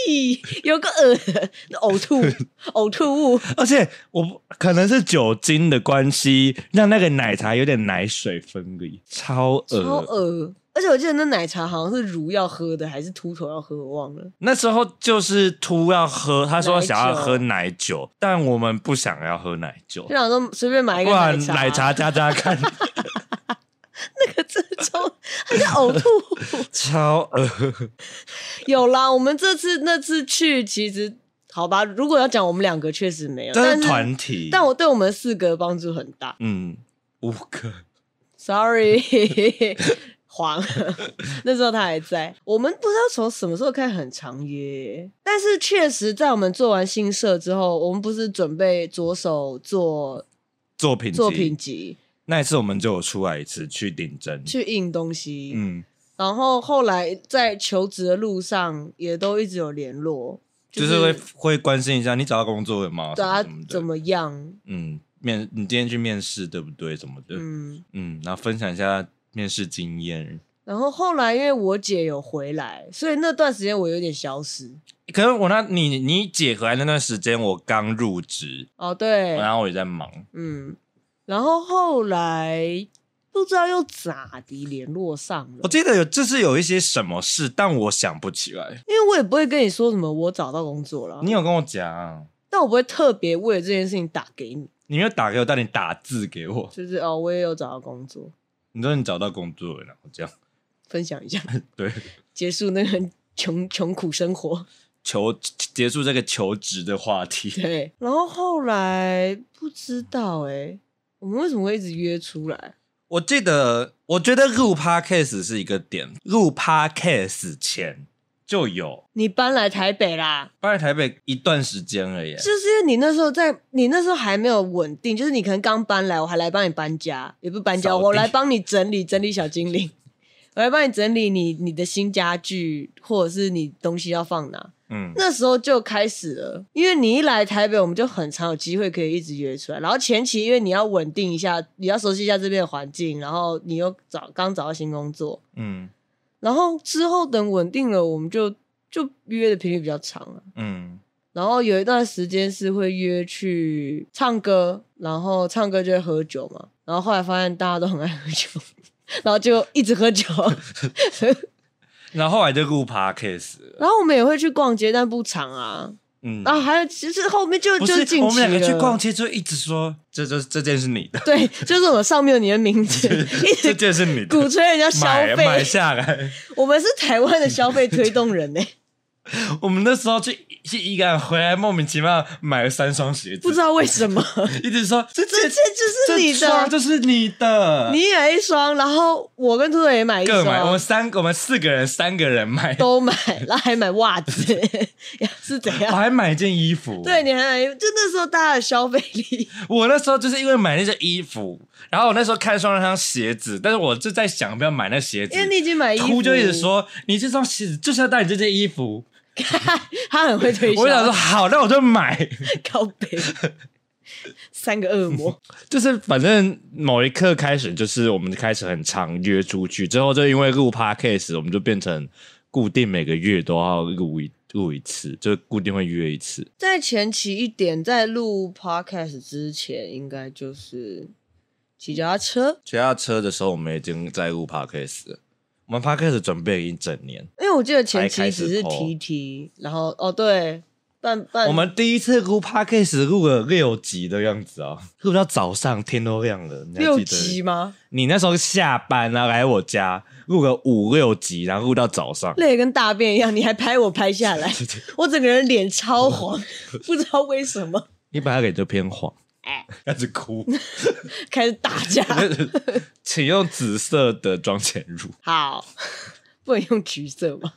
B: 咦，有个恶呕 吐呕吐物，
A: 而且我不可能是酒精的关系，让那个奶茶有点奶水分离，超
B: 超
A: 恶。
B: 恶。而且我记得那奶茶好像是如要喝的，还是秃头要喝，我忘了。
A: 那时候就是突要喝，他说想要
B: 奶酒
A: 喝奶酒，但我们不想要喝奶酒
B: 就，想说随便买一
A: 不
B: 个奶
A: 然
B: 茶，
A: 奶茶加加看，
B: 这种还是呕 吐。
A: 超 恶。
B: 有啦，我们这次那次去其实好吧，如果要讲我们两个确实没有，
A: 这
B: 但
A: 是
B: 是
A: 团体，
B: 但我对我们四个帮助很大。
A: 嗯五个
B: Sorry，黄，那时候他还在。我们不知道从什么时候开始很常约，但是确实在我们做完新社之后，我们不是准备着手做
A: 作品集
B: 作品集
A: 那一次我们就有出来一次去顶针，
B: 去印东西，
A: 嗯，
B: 然后后来在求职的路上也都一直有联络，
A: 就是会会关心一下你找到工作了吗？
B: 对啊
A: 什么的
B: 怎么样？
A: 嗯面你今天去面试对不对？什么的，嗯
B: 嗯，
A: 然后分享一下面试经验。
B: 然后后来因为我姐有回来，所以那段时间我有点消失。
A: 可能我那你你姐回来那段时间，我刚入职，
B: 哦，对，
A: 然后我也在忙，
B: 嗯，然后后来不知道又咋地联络上
A: 我
B: 了，
A: 记得有就是有一些什么事，但我想不起来。
B: 因为我也不会跟你说什么我找到工作了，
A: 你有跟我讲，
B: 但我不会特别为了这件事情打给你，
A: 你没有打给我，但你打字给我，
B: 就是哦，我也有找到工作，
A: 你说你找到工作了，然后这样
B: 分享一下，
A: 对。
B: 结束那个很穷穷苦生活。
A: 求结束这个求职的话题，
B: 对，然后后来不知道哎、我们为什么会一直约出来？
A: 我记得，我觉得入 podcast 是一个点，入 podcast 前就有
B: 你搬来台北啦？
A: 搬来台北一段时间了耶，
B: 就是因为你那时候在，你那时候还没有稳定，就是你可能刚搬来，我还来帮你搬家，也不是搬家，
A: 扫地
B: 我来帮你整理整理小精灵， 我来帮你整理你你的新家具，或者是你东西要放哪。
A: 嗯，
B: 那时候就开始了，因为你一来台北，我们就很常有机会可以一直约出来。然后前期因为你要稳定一下，你要熟悉一下这边的环境，然后你又找刚找到新工作，
A: 嗯
B: 然后之后等稳定了，我们就就约的频率比较长啊。
A: 嗯，
B: 然后有一段时间是会约去唱歌，然后唱歌就会喝酒嘛。然后后来发现大家都很爱喝酒， 然后就一直喝 酒。
A: 然后后来就录 podcast，了
B: 然后我们也会去逛街，但不长啊。
A: 嗯，
B: 啊，还有其实后面就
A: 不
B: 就是近期
A: 我们两个去
B: 了
A: 逛街就一直说，这这这件是 你的，
B: 对，就是我上面有你的名 字，一
A: 这
B: 直
A: 件是你
B: 鼓
A: 的，
B: 吹人家消
A: 买啊买
B: 费。
A: 下来。
B: 我们是台湾的消费推动人呢、
A: 我们那时候去去宜兰回来，莫名其妙买了三双鞋
B: 不知
A: 子，
B: 道为什么，
A: 一直说这
B: 这这
A: 这
B: 就是你
A: 双
B: 的，
A: 就是你的，
B: 你也一双，然后我跟兔兔也买一
A: 各买，我
B: 双
A: 们，三我们四个人三个人 买，
B: 都买，然后还买袜子， 是怎
A: 我
B: 样？
A: 还买一件衣服。
B: 啊对，，你还买，就那时候大家的消费力，
A: 我那时候就是因为买那件衣服，然后我那时候看上那双鞋子，但是我就在想要不要买那鞋子
B: 因为。你已经买衣服，
A: 哭就一直，说你这双鞋子就是要带你这件衣服，
B: 他很会推销，
A: 我就想说好，那我就买。
B: 靠背， 三个恶 魔，
A: 就是反正某一刻开始，就是我们开始很常约出去，之后就因为录 podcast，我们就变成固定每个月都要录一录一次，就固定会约一次。
B: 在前期一点，在录 podcast 之前，应该就是骑脚踏车，
A: 骑他车的时候，我们已经在录 podcast 了，我们 podcast 准备了一整年。
B: 因为我记得前
A: 才
B: 期
A: 开始
B: 只是提提，然后哦对，半半
A: 我们第一次录 podcast 录了六集的样子啊，录到早上天都亮了。你还记得
B: 六集？吗？
A: 你那时候下班啊来我家录个五六集，然后录到早上。
B: 累得跟大便一样，你还拍我拍下 来，我整个人脸超黄，不知道为什么
A: 你本来脸就偏黄， 开始哭。
B: 开始打架。
A: 请用紫色的妆前乳。
B: 好， 不能用橘色吗？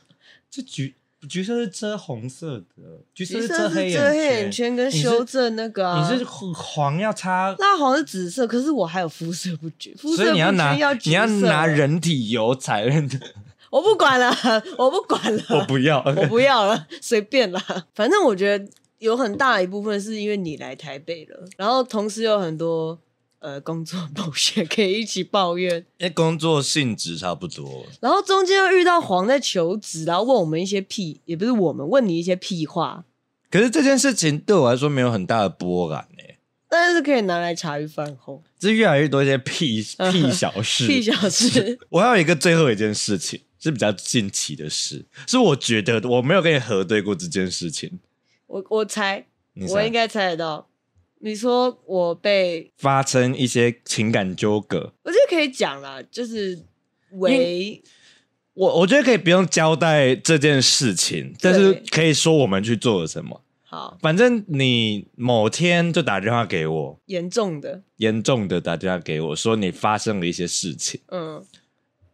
A: 这橘橘色是遮红色的，橘色
B: 橘色
A: 遮
B: 是
A: 黑
B: 遮黑眼
A: 眼
B: 圈跟修正那个、啊，
A: 你是黄要擦，
B: 蜡黄是紫色，可是我还有肤色不均，肤色
A: 所以
B: 不
A: 你要
B: 均
A: 拿
B: 橘
A: 你要
B: 色
A: 拿人体油才认得。
B: 我不管了， 我不管了，
A: 我不要，
B: 我不要了， 随便啦。反正我觉得有很大一部分是因为你来台北了，然后同时有很多呃工作暴雪可以一起抱怨，
A: 因为工作性质差不多。
B: 然后中间又遇到黄在求职，然后问我们一些屁，也不是我们问你一些屁话，
A: 可是这件事情对我来说没有很大的波澜诶、
B: 但是可以拿来茶余饭后
A: 这越来越多一些屁
B: 嗯
A: 屁小 事，
B: 屁小 事。
A: 我还有一个最后一件事情是比较近期的事，是我觉得我没有跟你核对过这件事情。
B: 我我猜，
A: 你
B: 我
A: 猜
B: 应该猜得到。你说我被，
A: 发生一些情感纠葛，
B: 我觉得可以讲啦，就是为
A: 我我觉得可以不用交代这件事情，但是可以说我们去做了什么。
B: 好
A: 反正你某天就打电话给我，
B: 严重的，
A: 严重的打电话给我说你发生了一些事情，
B: 嗯。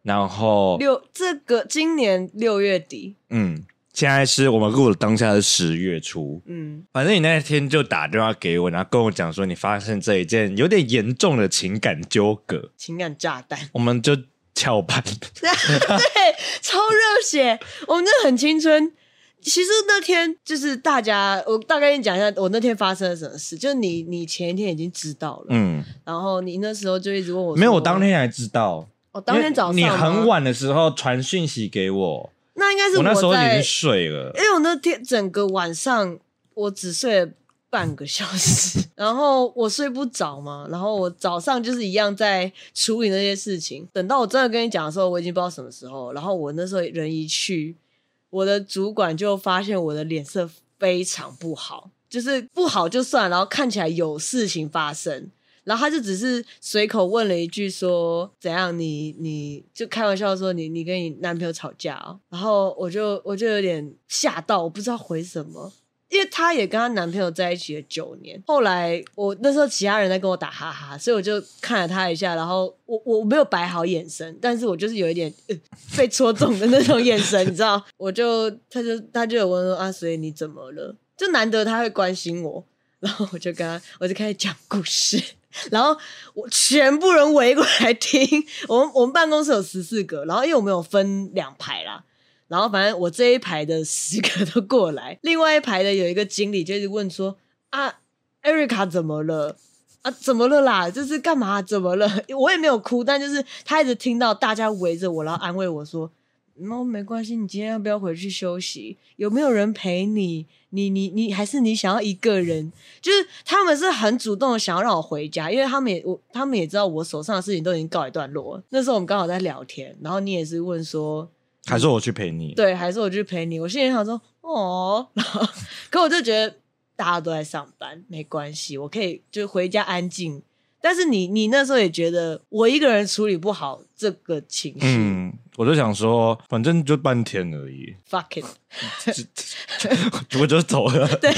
A: 然后
B: 六这个今年六月底，
A: 嗯，现在是我们录的当下是十月初，
B: 嗯，
A: 反正你那天就打电话给我，然后跟我讲说你发生这一件有点严重的情感纠葛，
B: 情感炸弹，
A: 我们就翘班。
B: 对，超热血，我们真的很青春。其实那天就是大家，我大概跟你讲一下我那天发生了什么事。就是你，你前一天已经知道了，
A: 嗯，
B: 然后你那时候就一直问我，
A: 没有，我当，天才知道。
B: 我、当天早上
A: 因为
B: 吗
A: 你很，晚的时候传讯息给我，
B: 那应该是
A: 我那时候已
B: 在
A: 经，睡了
B: 因。为我那天整个晚上我只睡了半个小时， 然后我睡不着嘛，然后我早上就是一样在处理那些事情。等到我真的跟你讲的时候，我已经不知道什么时候。然后我那时候人一去，我的主管就发现我的脸色非常不好，就是不好就算，然后看起来有事情发生。然后他就只是随口问了一句说：“怎样？你你就开玩笑说你你跟你男朋友吵架哦。”然后我就我就有点吓到，我不知道回什么。因为她也跟她男朋友在一起了九年，后来我那时候其他人在跟我打哈哈，所以我就看了她一下，然后我我没有摆好眼神，但是我就是有一点、呃被戳中的那种眼神，你知道？我就她就她就有问说啊，所以你怎么了？就难得她会关心我，然后我就跟她我就开始讲故事，然后我全部人围过来听，我们我们办公室有十四个，然后因为我们有分两排啦，然后反正我这一排的十个都过来，另外一排的有一个经理就是问说啊，艾瑞卡怎么了？啊，怎么了啦？这是 干嘛？怎么了？我也没有哭，但就是他一直听到大家围着我，然后安慰我说然后没关系，你今天要不要回去休息？有没有人陪你？你你你，还是你想要一个人？就是他们是很主动的想要让我回家，因为他们也我他们也知道我手上的事情都已经告一段落了。那时候我们刚好在聊天，然后你也是问说，
A: 还是我去陪你？
B: 对，还是我去陪你？我心里想说，哦，然后可我就觉得大家都在上班，没关系，我可以就回家安静。但是你你那时候也觉得我一个人处理不好这个情绪、
A: 嗯，我就想说，反正就半天而已，
B: f u c k it。
A: 我就走 了。
B: 对，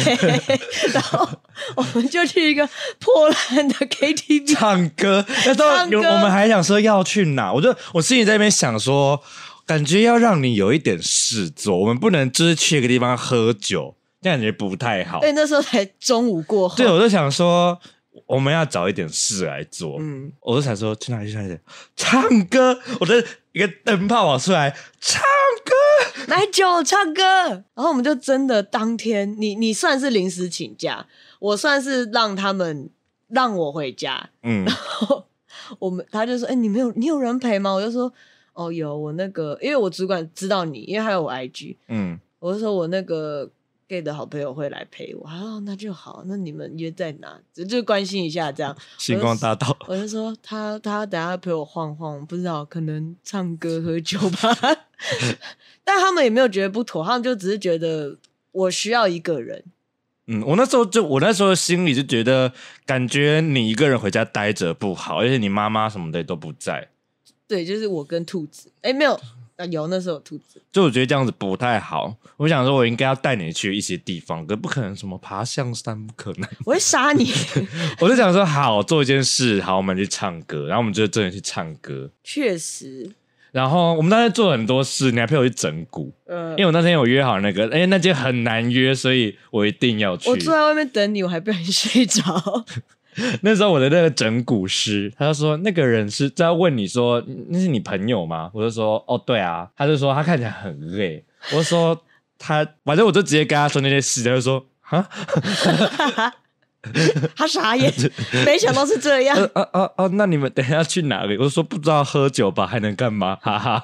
B: 然后我们就去一个破烂的 KTV，
A: 唱歌，那时候
B: 唱歌
A: 有我们还想说要去哪，我就我心里在那边想说，感觉要让你有一点事做，我们不能只是去一个地方喝酒，这样感觉不太 好。
B: 哎，那时候才中午过后，
A: 对，我就想说，我们要找一点事来做。
B: 嗯，
A: 我就想说去哪里去哪里唱歌，我的一个灯泡跑出来唱歌，
B: 买酒唱歌，然后我们就真的当天，你你算是临时请假，我算是让他们让我回家，
A: 嗯，
B: 我们他就说，哎、你没有你有人陪吗？我就说，哦，有我那个，因为我主管知道你，因为还有我 IG，
A: 嗯，
B: 我就说我那个 gay 的好朋友会来陪我，他说哦那就好，那你们约在哪？就就关心一下这样。
A: 星光大道，
B: 我就说他他等下陪我晃晃，不知道可能唱歌喝酒吧。 但他们也没有觉得不妥，他们就只是觉得我需要一个人。
A: 嗯，我那时候就我那时候心里就觉得，感觉你一个人回家待着不好，而且你妈妈什么的都不在，
B: 对，就是我跟兔子。哎，没有，啊、有那时候有兔子。
A: 就我觉得这样子不太好。我想说，我应该要带你去一些地方，可不可能什么爬象山不可能。
B: 我会杀你！
A: 我就想说，好做一件事，好，我们去唱歌，然后我们就真的去唱歌。
B: 确实，
A: 然后我们当时做了很多事，你还陪我去整蛊，
B: 呃
A: 因，为我那天有约好那个，哎，那间很难约，所以我一定要去。
B: 我坐在外面等你，我还不小心睡着。
A: 那时候我的那个整蛊师，他就说那个人是在问你说那是你朋友吗？我就说哦对啊，他就说他看起来很累，我就说他反正我就直接跟他说那些事，他就说啊
B: 他傻眼，没想到是这样。
A: 呃啊啊啊，那你们等一下去哪里？我就说不知道，喝酒吧还能干嘛？哈哈，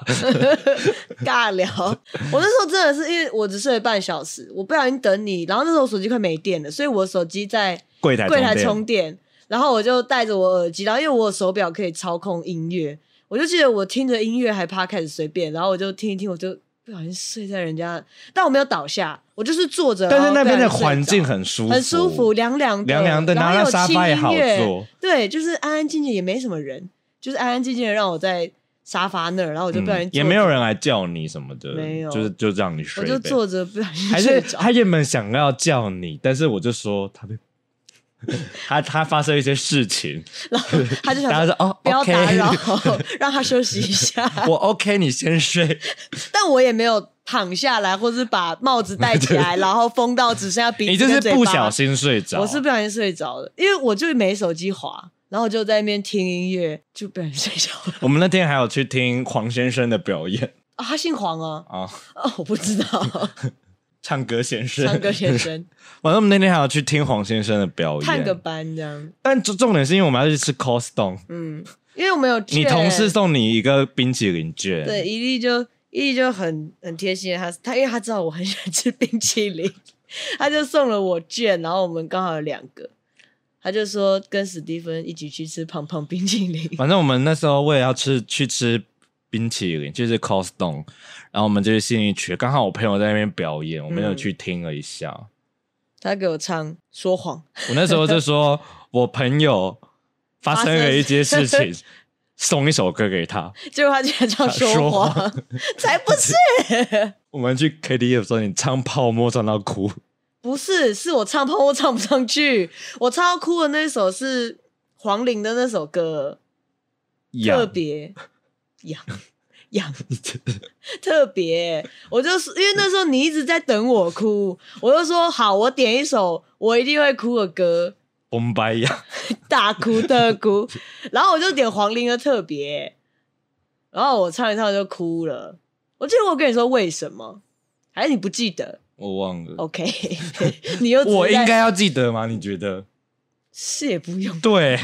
B: 尬聊。我那时候真的是因为我只睡了半小时，我不小心等你，然后那时候我手机快没电了，所以我手机在
A: 柜台
B: 柜台充
A: 电
B: 电，然后我就戴着我耳机，然后因为我有手表可以操控音乐，我就记得我听着音乐还趴开始随便，然后我就听一听，我就不小心睡在人家，但我没有倒下，我就是坐着，
A: 但是那边的
B: 然后不小
A: 环
B: 心睡着
A: 境很舒服，
B: 很舒服，，凉凉的，
A: 凉凉的，
B: 然
A: 然
B: 后
A: 后
B: 又
A: 那
B: 有
A: 沙发也好
B: 轻音乐
A: 坐，
B: 对，就是安安静静，也没什么人，就是安安静静的让我在沙发那儿，然后我就不小心
A: 嗯
B: 坐着、
A: 也没有人来叫你什么的，
B: 没有
A: 就是就让你睡
B: 我
A: 呗。
B: 就坐着不小心
A: 还
B: 睡
A: 是
B: 着。
A: 他原本想要叫你，但是我就说他被他他发生一些事情，
B: 然后他就想
A: 大家
B: 说
A: 说哦，
B: 不要
A: OK
B: 打扰， 让他休息一下。
A: 我 OK，你先睡。
B: 但我也没有躺下来，或是把帽子戴起 来，然后封到只剩下鼻
A: 你
B: 子
A: 就
B: 跟
A: 是
B: 嘴巴。
A: 不小心啊睡着，
B: 我是不小心睡着了，因为我就没手机滑，然后我就在那边听音乐，就不小心睡着了。
A: 我们那天还有去听黄先生的表演
B: 啊，他姓黄啊？
A: 啊，
B: 哦，我不知道，
A: 唱歌先生，
B: 唱歌先。生，
A: 反正 我们那天还有去听黄先生的表
B: 探个
A: 演，
B: 班这样。
A: 但重重点是因为我们要去吃 Costco，
B: 嗯，因为我们有
A: 你
B: 券
A: 同事送你一个冰淇淋券，
B: 对，伊利就伊利就很很贴心，他他因为他知道我很喜欢吃冰淇淋， 他就送了我券，然后我们刚好有两个，他就说跟史蒂芬一起去吃胖胖冰淇淋。
A: 反正我们那时候为了要吃去吃冰淇淋，就是 Costco，然后我们就去信义区，刚好我朋友在那边表演，我们有去听了一下。
B: 嗯他给我唱说谎，
A: 我那时候就说，我朋友发生了一些事情，送一首歌 给他。
B: 结果他竟然唱说谎，
A: 说
B: 才不 是，
A: 我们去 KTV 的时候，你唱泡沫唱到哭，
B: 不是，是我唱胖我唱不上去，我唱到哭的那首是黄龄的那首歌，特
A: 痒
B: 别痒痒，特别。我就是因为那时候你一直在等我哭，我就说好，我点一首我一定会哭的歌，
A: 崩白痒。
B: 大哭特哭。然后我就点黄龄的特别，然后我唱一唱就哭了。我记得我跟你说为什么，还是你不记得
A: 我忘了，
B: ？OK，你又
A: 我
B: 只是在
A: 哦应该要记得吗？你觉得？
B: 是也不用。
A: 对，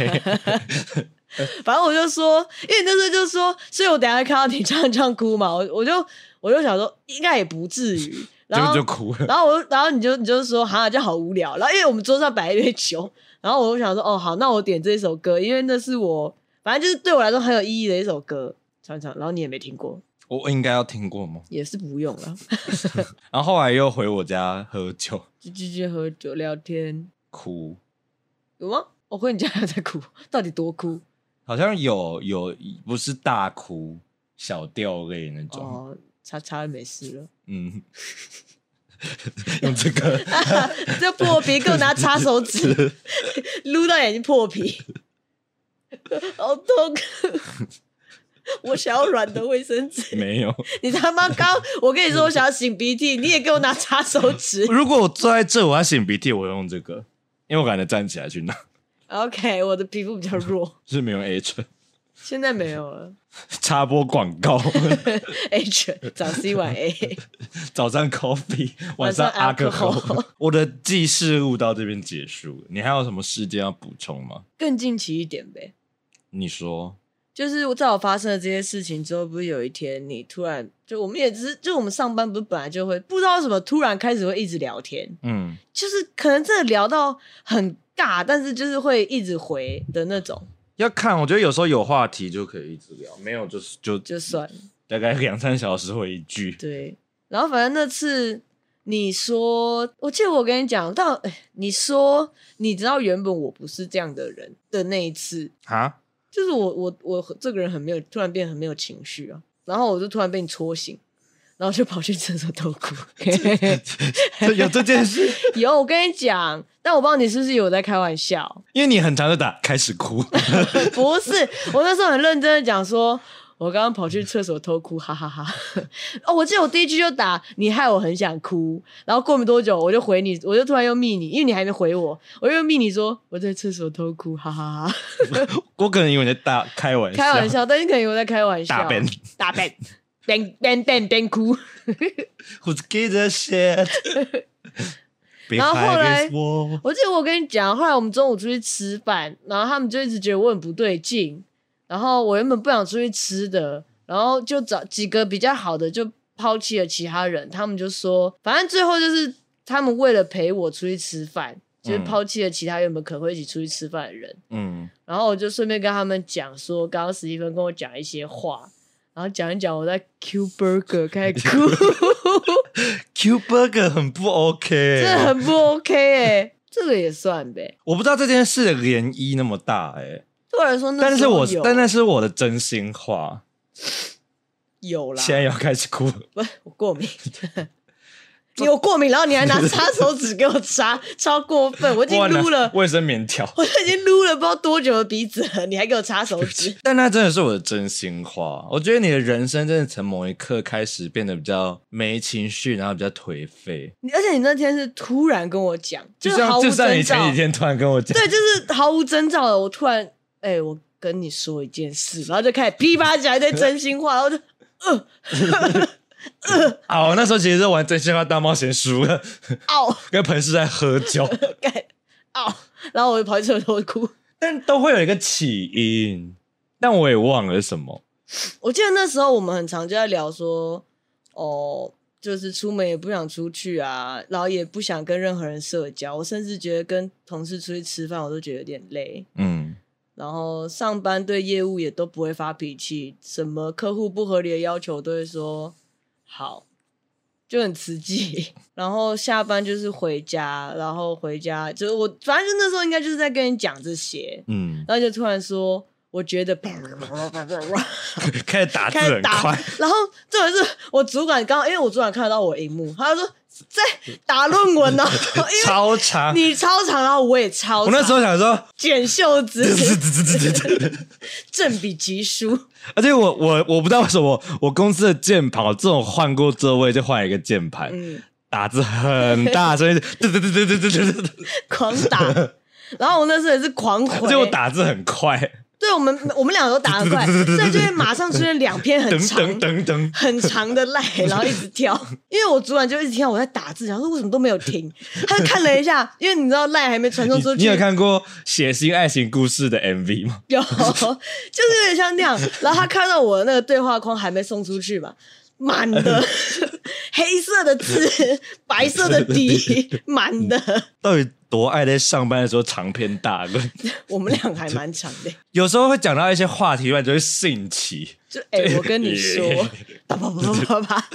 B: 反正我就说，因为你那时候就说，所以我等一下看到你唱唱哭嘛，我我就我就想说应该也不至于，
A: 结
B: 然
A: 果
B: 后
A: 就哭 了。
B: 然后我就，然后你就你就说哈，这样好无聊。然后因为我们桌上摆了一堆酒，然后我就想说哦好，那我点这首歌，因为那是我反正就是对我来说很有意义的一首歌，唱一唱。然后你也没听过，
A: 我应该要听过吗？
B: 也是不用了，
A: 然后后来又回我家喝酒，
B: 就继续喝酒聊天，
A: 哭，
B: 有吗？我回你家还在哭，到底多哭？
A: 好像有有不是大哭，小掉泪那种。
B: 哦，擦擦没事 了，
A: 嗯， 用这个
B: 这破皮给我拿擦手 指，撸到眼睛破皮， 好痛！ 我想要软的卫生纸。
A: 没有。
B: 你他妈刚，我跟你说我想要擤鼻涕，你也给我拿擦手 指。
A: 如果我坐在这，我要擤鼻涕，我用这个，因为我懒得站起来去拿，
B: OK，我的皮肤比较弱，
A: 是没有 H
B: 现在没有 了。
A: 插播广 告，
B: H 早 C 晚 A，
A: 早上 coffee，晚上
B: 晚上
A: alcohol
B: alcohol。
A: 我的记事录到这边结束，你还有什么事件要补充吗？
B: 更近期一点呗。
A: 你说，
B: 就是我在我发生了这些事情之后，不是有一天你突然就我们也只是就我们上班不是本来就会不知道为什么突然开始会一直聊天，
A: 嗯，
B: 就是可能真的聊到很尬，但是就是会一直回的那种，
A: 要看，我觉得有时候有话题就可以一直聊，没有就是就
B: 就算了。
A: 大概两三小时会一句。
B: 对，然后反正那次你说，我记得我跟你讲到，哎你说你知道原本我不是这样的人的那一次，
A: 啊，
B: 就是我我我这个人很没有，突然变得很没有情绪啊，然后我就突然被你戳醒。然后就跑去厕所偷哭，
A: 这有这件事，
B: 有我跟你讲，但我不知道你是不是有在开玩笑，
A: 因为你很常就打开始哭，
B: 不是，我那时候很认真的讲说，我刚刚跑去厕所偷哭，哈哈 哈哦，我记得我第一句就打你害我很想哭，然后过没多久我就回你，我就突然又密你，因为你还没回我，我又密你说我在厕所偷哭，哈哈哈
A: 我可能以为你在大开玩笑，
B: 开玩笑，但是可能我在开玩笑，
A: 大便，
B: 大便， 边边边边哭，
A: Who's give a shit？
B: 然后后来
A: Behind this wall
B: 我记得我跟你讲，后来我们中午出去吃饭，然后他们就一直觉得我很不对劲，然后我原本不想出去吃的，然后就找几个比较好的就抛弃了其他人，他们就说，反正最后就是他们为了陪我出去吃饭，就是
A: 嗯
B: 抛弃了其他原本可能会一起出去吃饭的人，
A: 嗯，
B: 然后我就顺便跟他们讲说，刚刚史蒂芬跟我讲一些话。然后讲一讲，我在 Q Burger 开始 哭，
A: Q Burger 很不 OK，
B: 这很不 OK 哎、这个也算呗。
A: 我不知道这件事的涟漪那么大哎、
B: 对我来说那
A: 但
B: 时
A: 是
B: 候
A: 我
B: 有
A: 但那是我的真心话，
B: 有啦，
A: 现在要开始哭，
B: 不，我过 敏。你有过敏，然后你还拿擦手指给我 擦，超过分！我已经
A: 哇
B: 撸了
A: 拿，卫生棉条，
B: 我已经撸了不知道多久的鼻子了，你还给我擦手指，
A: 但那真的是我的真心话。我觉得你的人生真的从某一刻开始变得比较没情绪，然后比较颓废，
B: 你而且你那天是突然跟我讲，
A: 就是
B: 毫
A: 像
B: 无
A: 就像你
B: 征兆
A: 前，几天突然跟我讲，
B: 对，就是毫无征兆的，我突然，哎、我跟你说一件事，然后就开始噼啪讲一堆真心话，然后就
A: 啊，我那时候其实是玩真心话大冒险输了，
B: 嗷
A: 跟彭氏在喝酒。
B: 哦干嗷，然后我就跑去厕所哭。
A: 但都会有一个起因，但我也忘了是什么。
B: 我记得那时候我们很常就在聊说，哦，就是出门也不想出去啊，然后也不想跟任何人社交。我甚至觉得跟同事出去吃饭，我都觉得有点累。
A: 嗯，
B: 然后上班对业务也都不会发脾气，什么客户不合理的要求都会说好，就很刺激。 然后下班就是回家，然后回家就是我，反正就那时候应该就是在跟你讲这些，
A: 嗯，
B: 然后就突然说，我觉得。
A: 开始打字
B: 开始
A: 很
B: 打
A: 快，，
B: 然后这回是我主管刚好，因为我主管看得到我荧幕，他就说在打论 文哦，因
A: 超长。
B: 为你超长，然后我也超
A: 我
B: 长，
A: 那时候想说，
B: 剪袖子，
A: 而
B: 正比级书，
A: 且我我我不知道为什么我公司的键盘，我自从换过座位就换一个键盘，
B: 嗯，
A: 打字很大声，对对对对对对对对，
B: 狂 打。然后我那时候也是狂回
A: 而且，我打字很快，
B: 对我们我们两个都打得 快，所以就会马上出现两篇很
A: 噔
B: 长
A: 噔噔噔，
B: 很长的赖，然后一直跳，因为我主管就一直听到我在打字，然后说为什么都没有停，他就看了一下，因为你知道赖还没传送出去，
A: 你你有看过血腥爱情故事的 MV 吗？
B: 有，就是有点像那样。然后他看到我的那个对话框还没送出去嘛，满 的，黑色的字，白色的底，满的。
A: 到底多爱在上班的时候长篇大论？
B: 我们俩还蛮长的。
A: 有时候会讲到一些话题，外就会兴起。
B: 就哎、我跟你说，叭叭叭叭叭叭，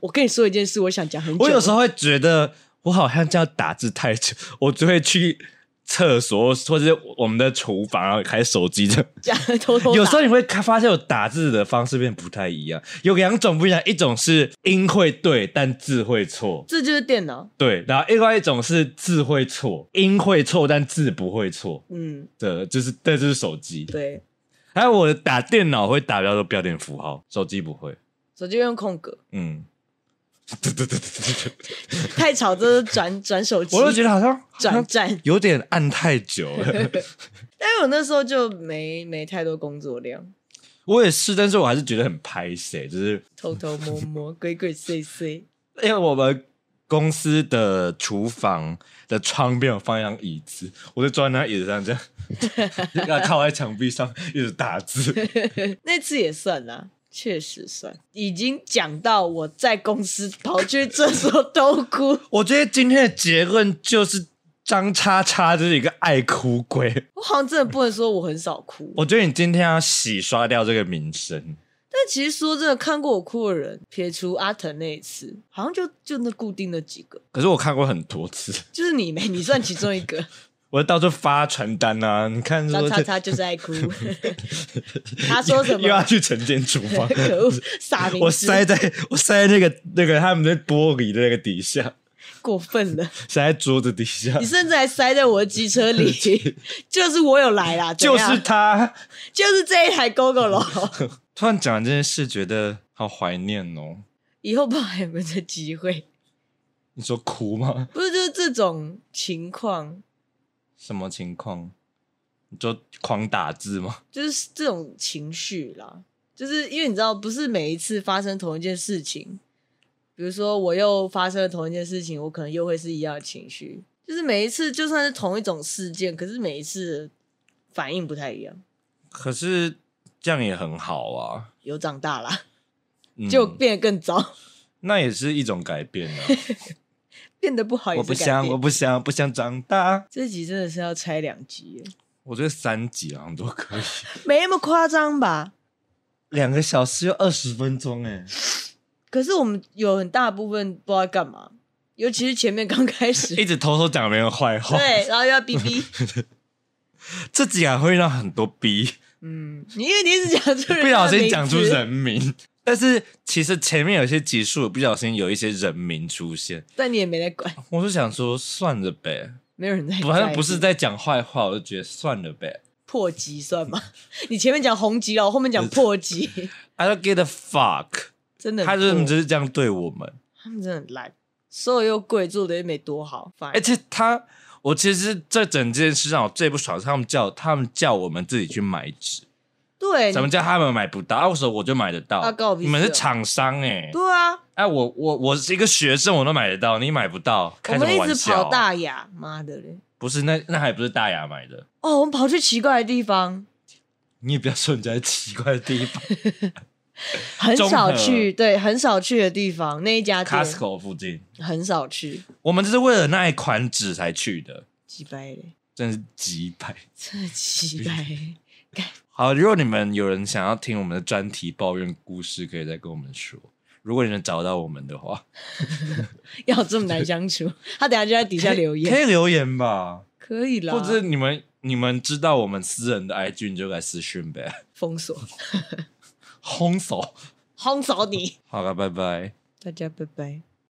B: 我跟你说一件事，我想讲很久。
A: 我有时候会觉得，我好像这样打字太久，我就会去厕所或者是我们的厨房，然后开手机这样。
B: 讲偷偷打
A: 有时候你会看发现我打字的方式变不太一样，有两种不一样，一种是音会对，但字会错，
B: 这就是电脑，
A: 对，然后另外一种是字会错，音会错，但字不会错
B: 嗯，
A: 的，就是这就是手机。
B: 对，
A: 还有我打电脑会打比较多标点符号，手机不会。
B: 手机用空格，
A: 嗯，
B: 太吵，这是转转手机，
A: 我就觉得好像
B: 转战。
A: 有点按太久了。
B: 但是我那时候就没没太多工作量，
A: 我也是，但是我还是觉得很拍谁，就是
B: 偷偷摸摸，鬼鬼祟祟。
A: 因为我们公司的厨房的窗边有放一张椅子，我就坐在那椅子上这样，然后靠在墙壁上一直打字。
B: 那次也算啦，确实算。已经讲到我在公司跑去厕 所偷哭，
A: 我觉得今天的结论就是张叉叉就是一个爱哭鬼。
B: 我好像真的不能说我很少哭。
A: 我觉得你今天要洗刷掉这个名声。
B: 但其实说真的，看过我哭的人，撇除阿腾那一次，好像就就那固定那几个，
A: 可是我看过很多次，
B: 就是你没，你算其中一个。
A: 我到处发传单啊，你看
B: 叉
A: 说
B: 叉
A: 这
B: 叉就是 爱哭，他说什
A: 又要
B: 么？
A: 去晨间厨 房，
B: 可恶， 傻明
A: 我
B: 知
A: 塞在我塞在那个那个他们的玻璃的那个底下，
B: 过分了，
A: 塞在桌子底下
B: 你，甚至还塞在我的机车里， 就是我有来啦，怎
A: 就是
B: 样
A: 他。
B: 就是这一台 GoGo 咯。
A: 突然讲这件事，觉得好怀念哦。
B: 以后不知道还有没有这机会，
A: 你说哭吗？
B: 不是就是这种情况，
A: 什么情况？你说狂打字吗？
B: 就是这种情绪啦，就是因为你知道，不是每一次发生同一件事情，比如说我又发生了同一件事情，我可能又会是一样的情绪，就是每一次就算是同一种事件，可是每一次反应不太一样，
A: 可是这样也很好啊，
B: 有长大啦，
A: 嗯
B: 就变得更糟，
A: 那也是一种改变 啊。
B: 变得不好也
A: 我
B: 是
A: 不
B: 改
A: 想，
B: 变
A: 我不想，不想长大。
B: 这集真的是要拆两集耶，
A: 我觉得三集好像都可以，
B: 没那么夸张吧？
A: 两个小时又二十分钟哎、
B: 可是我们有很大部分不知道干嘛，尤其是前面刚开始，
A: 一直偷偷讲别人坏话，
B: 对，然后又要哔 哔。
A: 这竟然会让很多逼
B: 嗯，你因为你一直讲出人
A: 不
B: 家
A: 小
B: 的
A: 心
B: 名
A: 讲出
B: 字，
A: 人名。但是其实前面有些集数不小心有一些人名出现，
B: 但你也没在管，
A: 我就想说算了呗，
B: 没有人在。
A: 反正不是在讲坏话，我就觉得算了呗。
B: 破集算吗？ 你前面讲红集了，我后面讲破集，
A: I don't give a fuck，
B: 真的
A: 他
B: 很
A: 就是
B: 破
A: 只是这样对我们，
B: 他们真的很烂，所有又贵，做的又没多好，反
A: 而且他，我其实这整件事让我最不爽是他们叫他们叫我们自己去买纸，
B: 对
A: 怎么叫他们买不到？啊为什么我就买得到？
B: 哎啊关我屁事
A: 你们是厂商哎、
B: 对啊，
A: 哎、我我我是一个学生，我都买得到，你买不到，
B: 我
A: 开什
B: 们
A: 么
B: 一
A: 玩
B: 直
A: 笑？啊
B: 跑大雅，妈的嘞！
A: 不是那那还不是大雅买的，
B: 哦，我们跑去奇怪的地方，
A: 你也不要说人家奇怪的 地方
B: 很
A: 中
B: 少
A: 和
B: 去，对，很少去的地方，那一家店
A: ，Costco 附近，
B: 很少去，
A: 我们就是为了那一款纸才去的，
B: 几百嘞。
A: 真是几百。
B: 这期待
A: 好，如果你们有人想要听我们的专题抱怨故事，可以再跟我们说。如果你能找到我们的话，
B: 要这么难相处，他等下就在底下留
A: 可
B: 言，啊
A: 以留言吧，
B: 可以啦，
A: 或者是你们你们知道我们私人的 IG，你就来私讯呗，
B: 封锁，
A: 轰手。
B: 轰扫你，
A: 好了，拜拜。
B: 大家拜拜。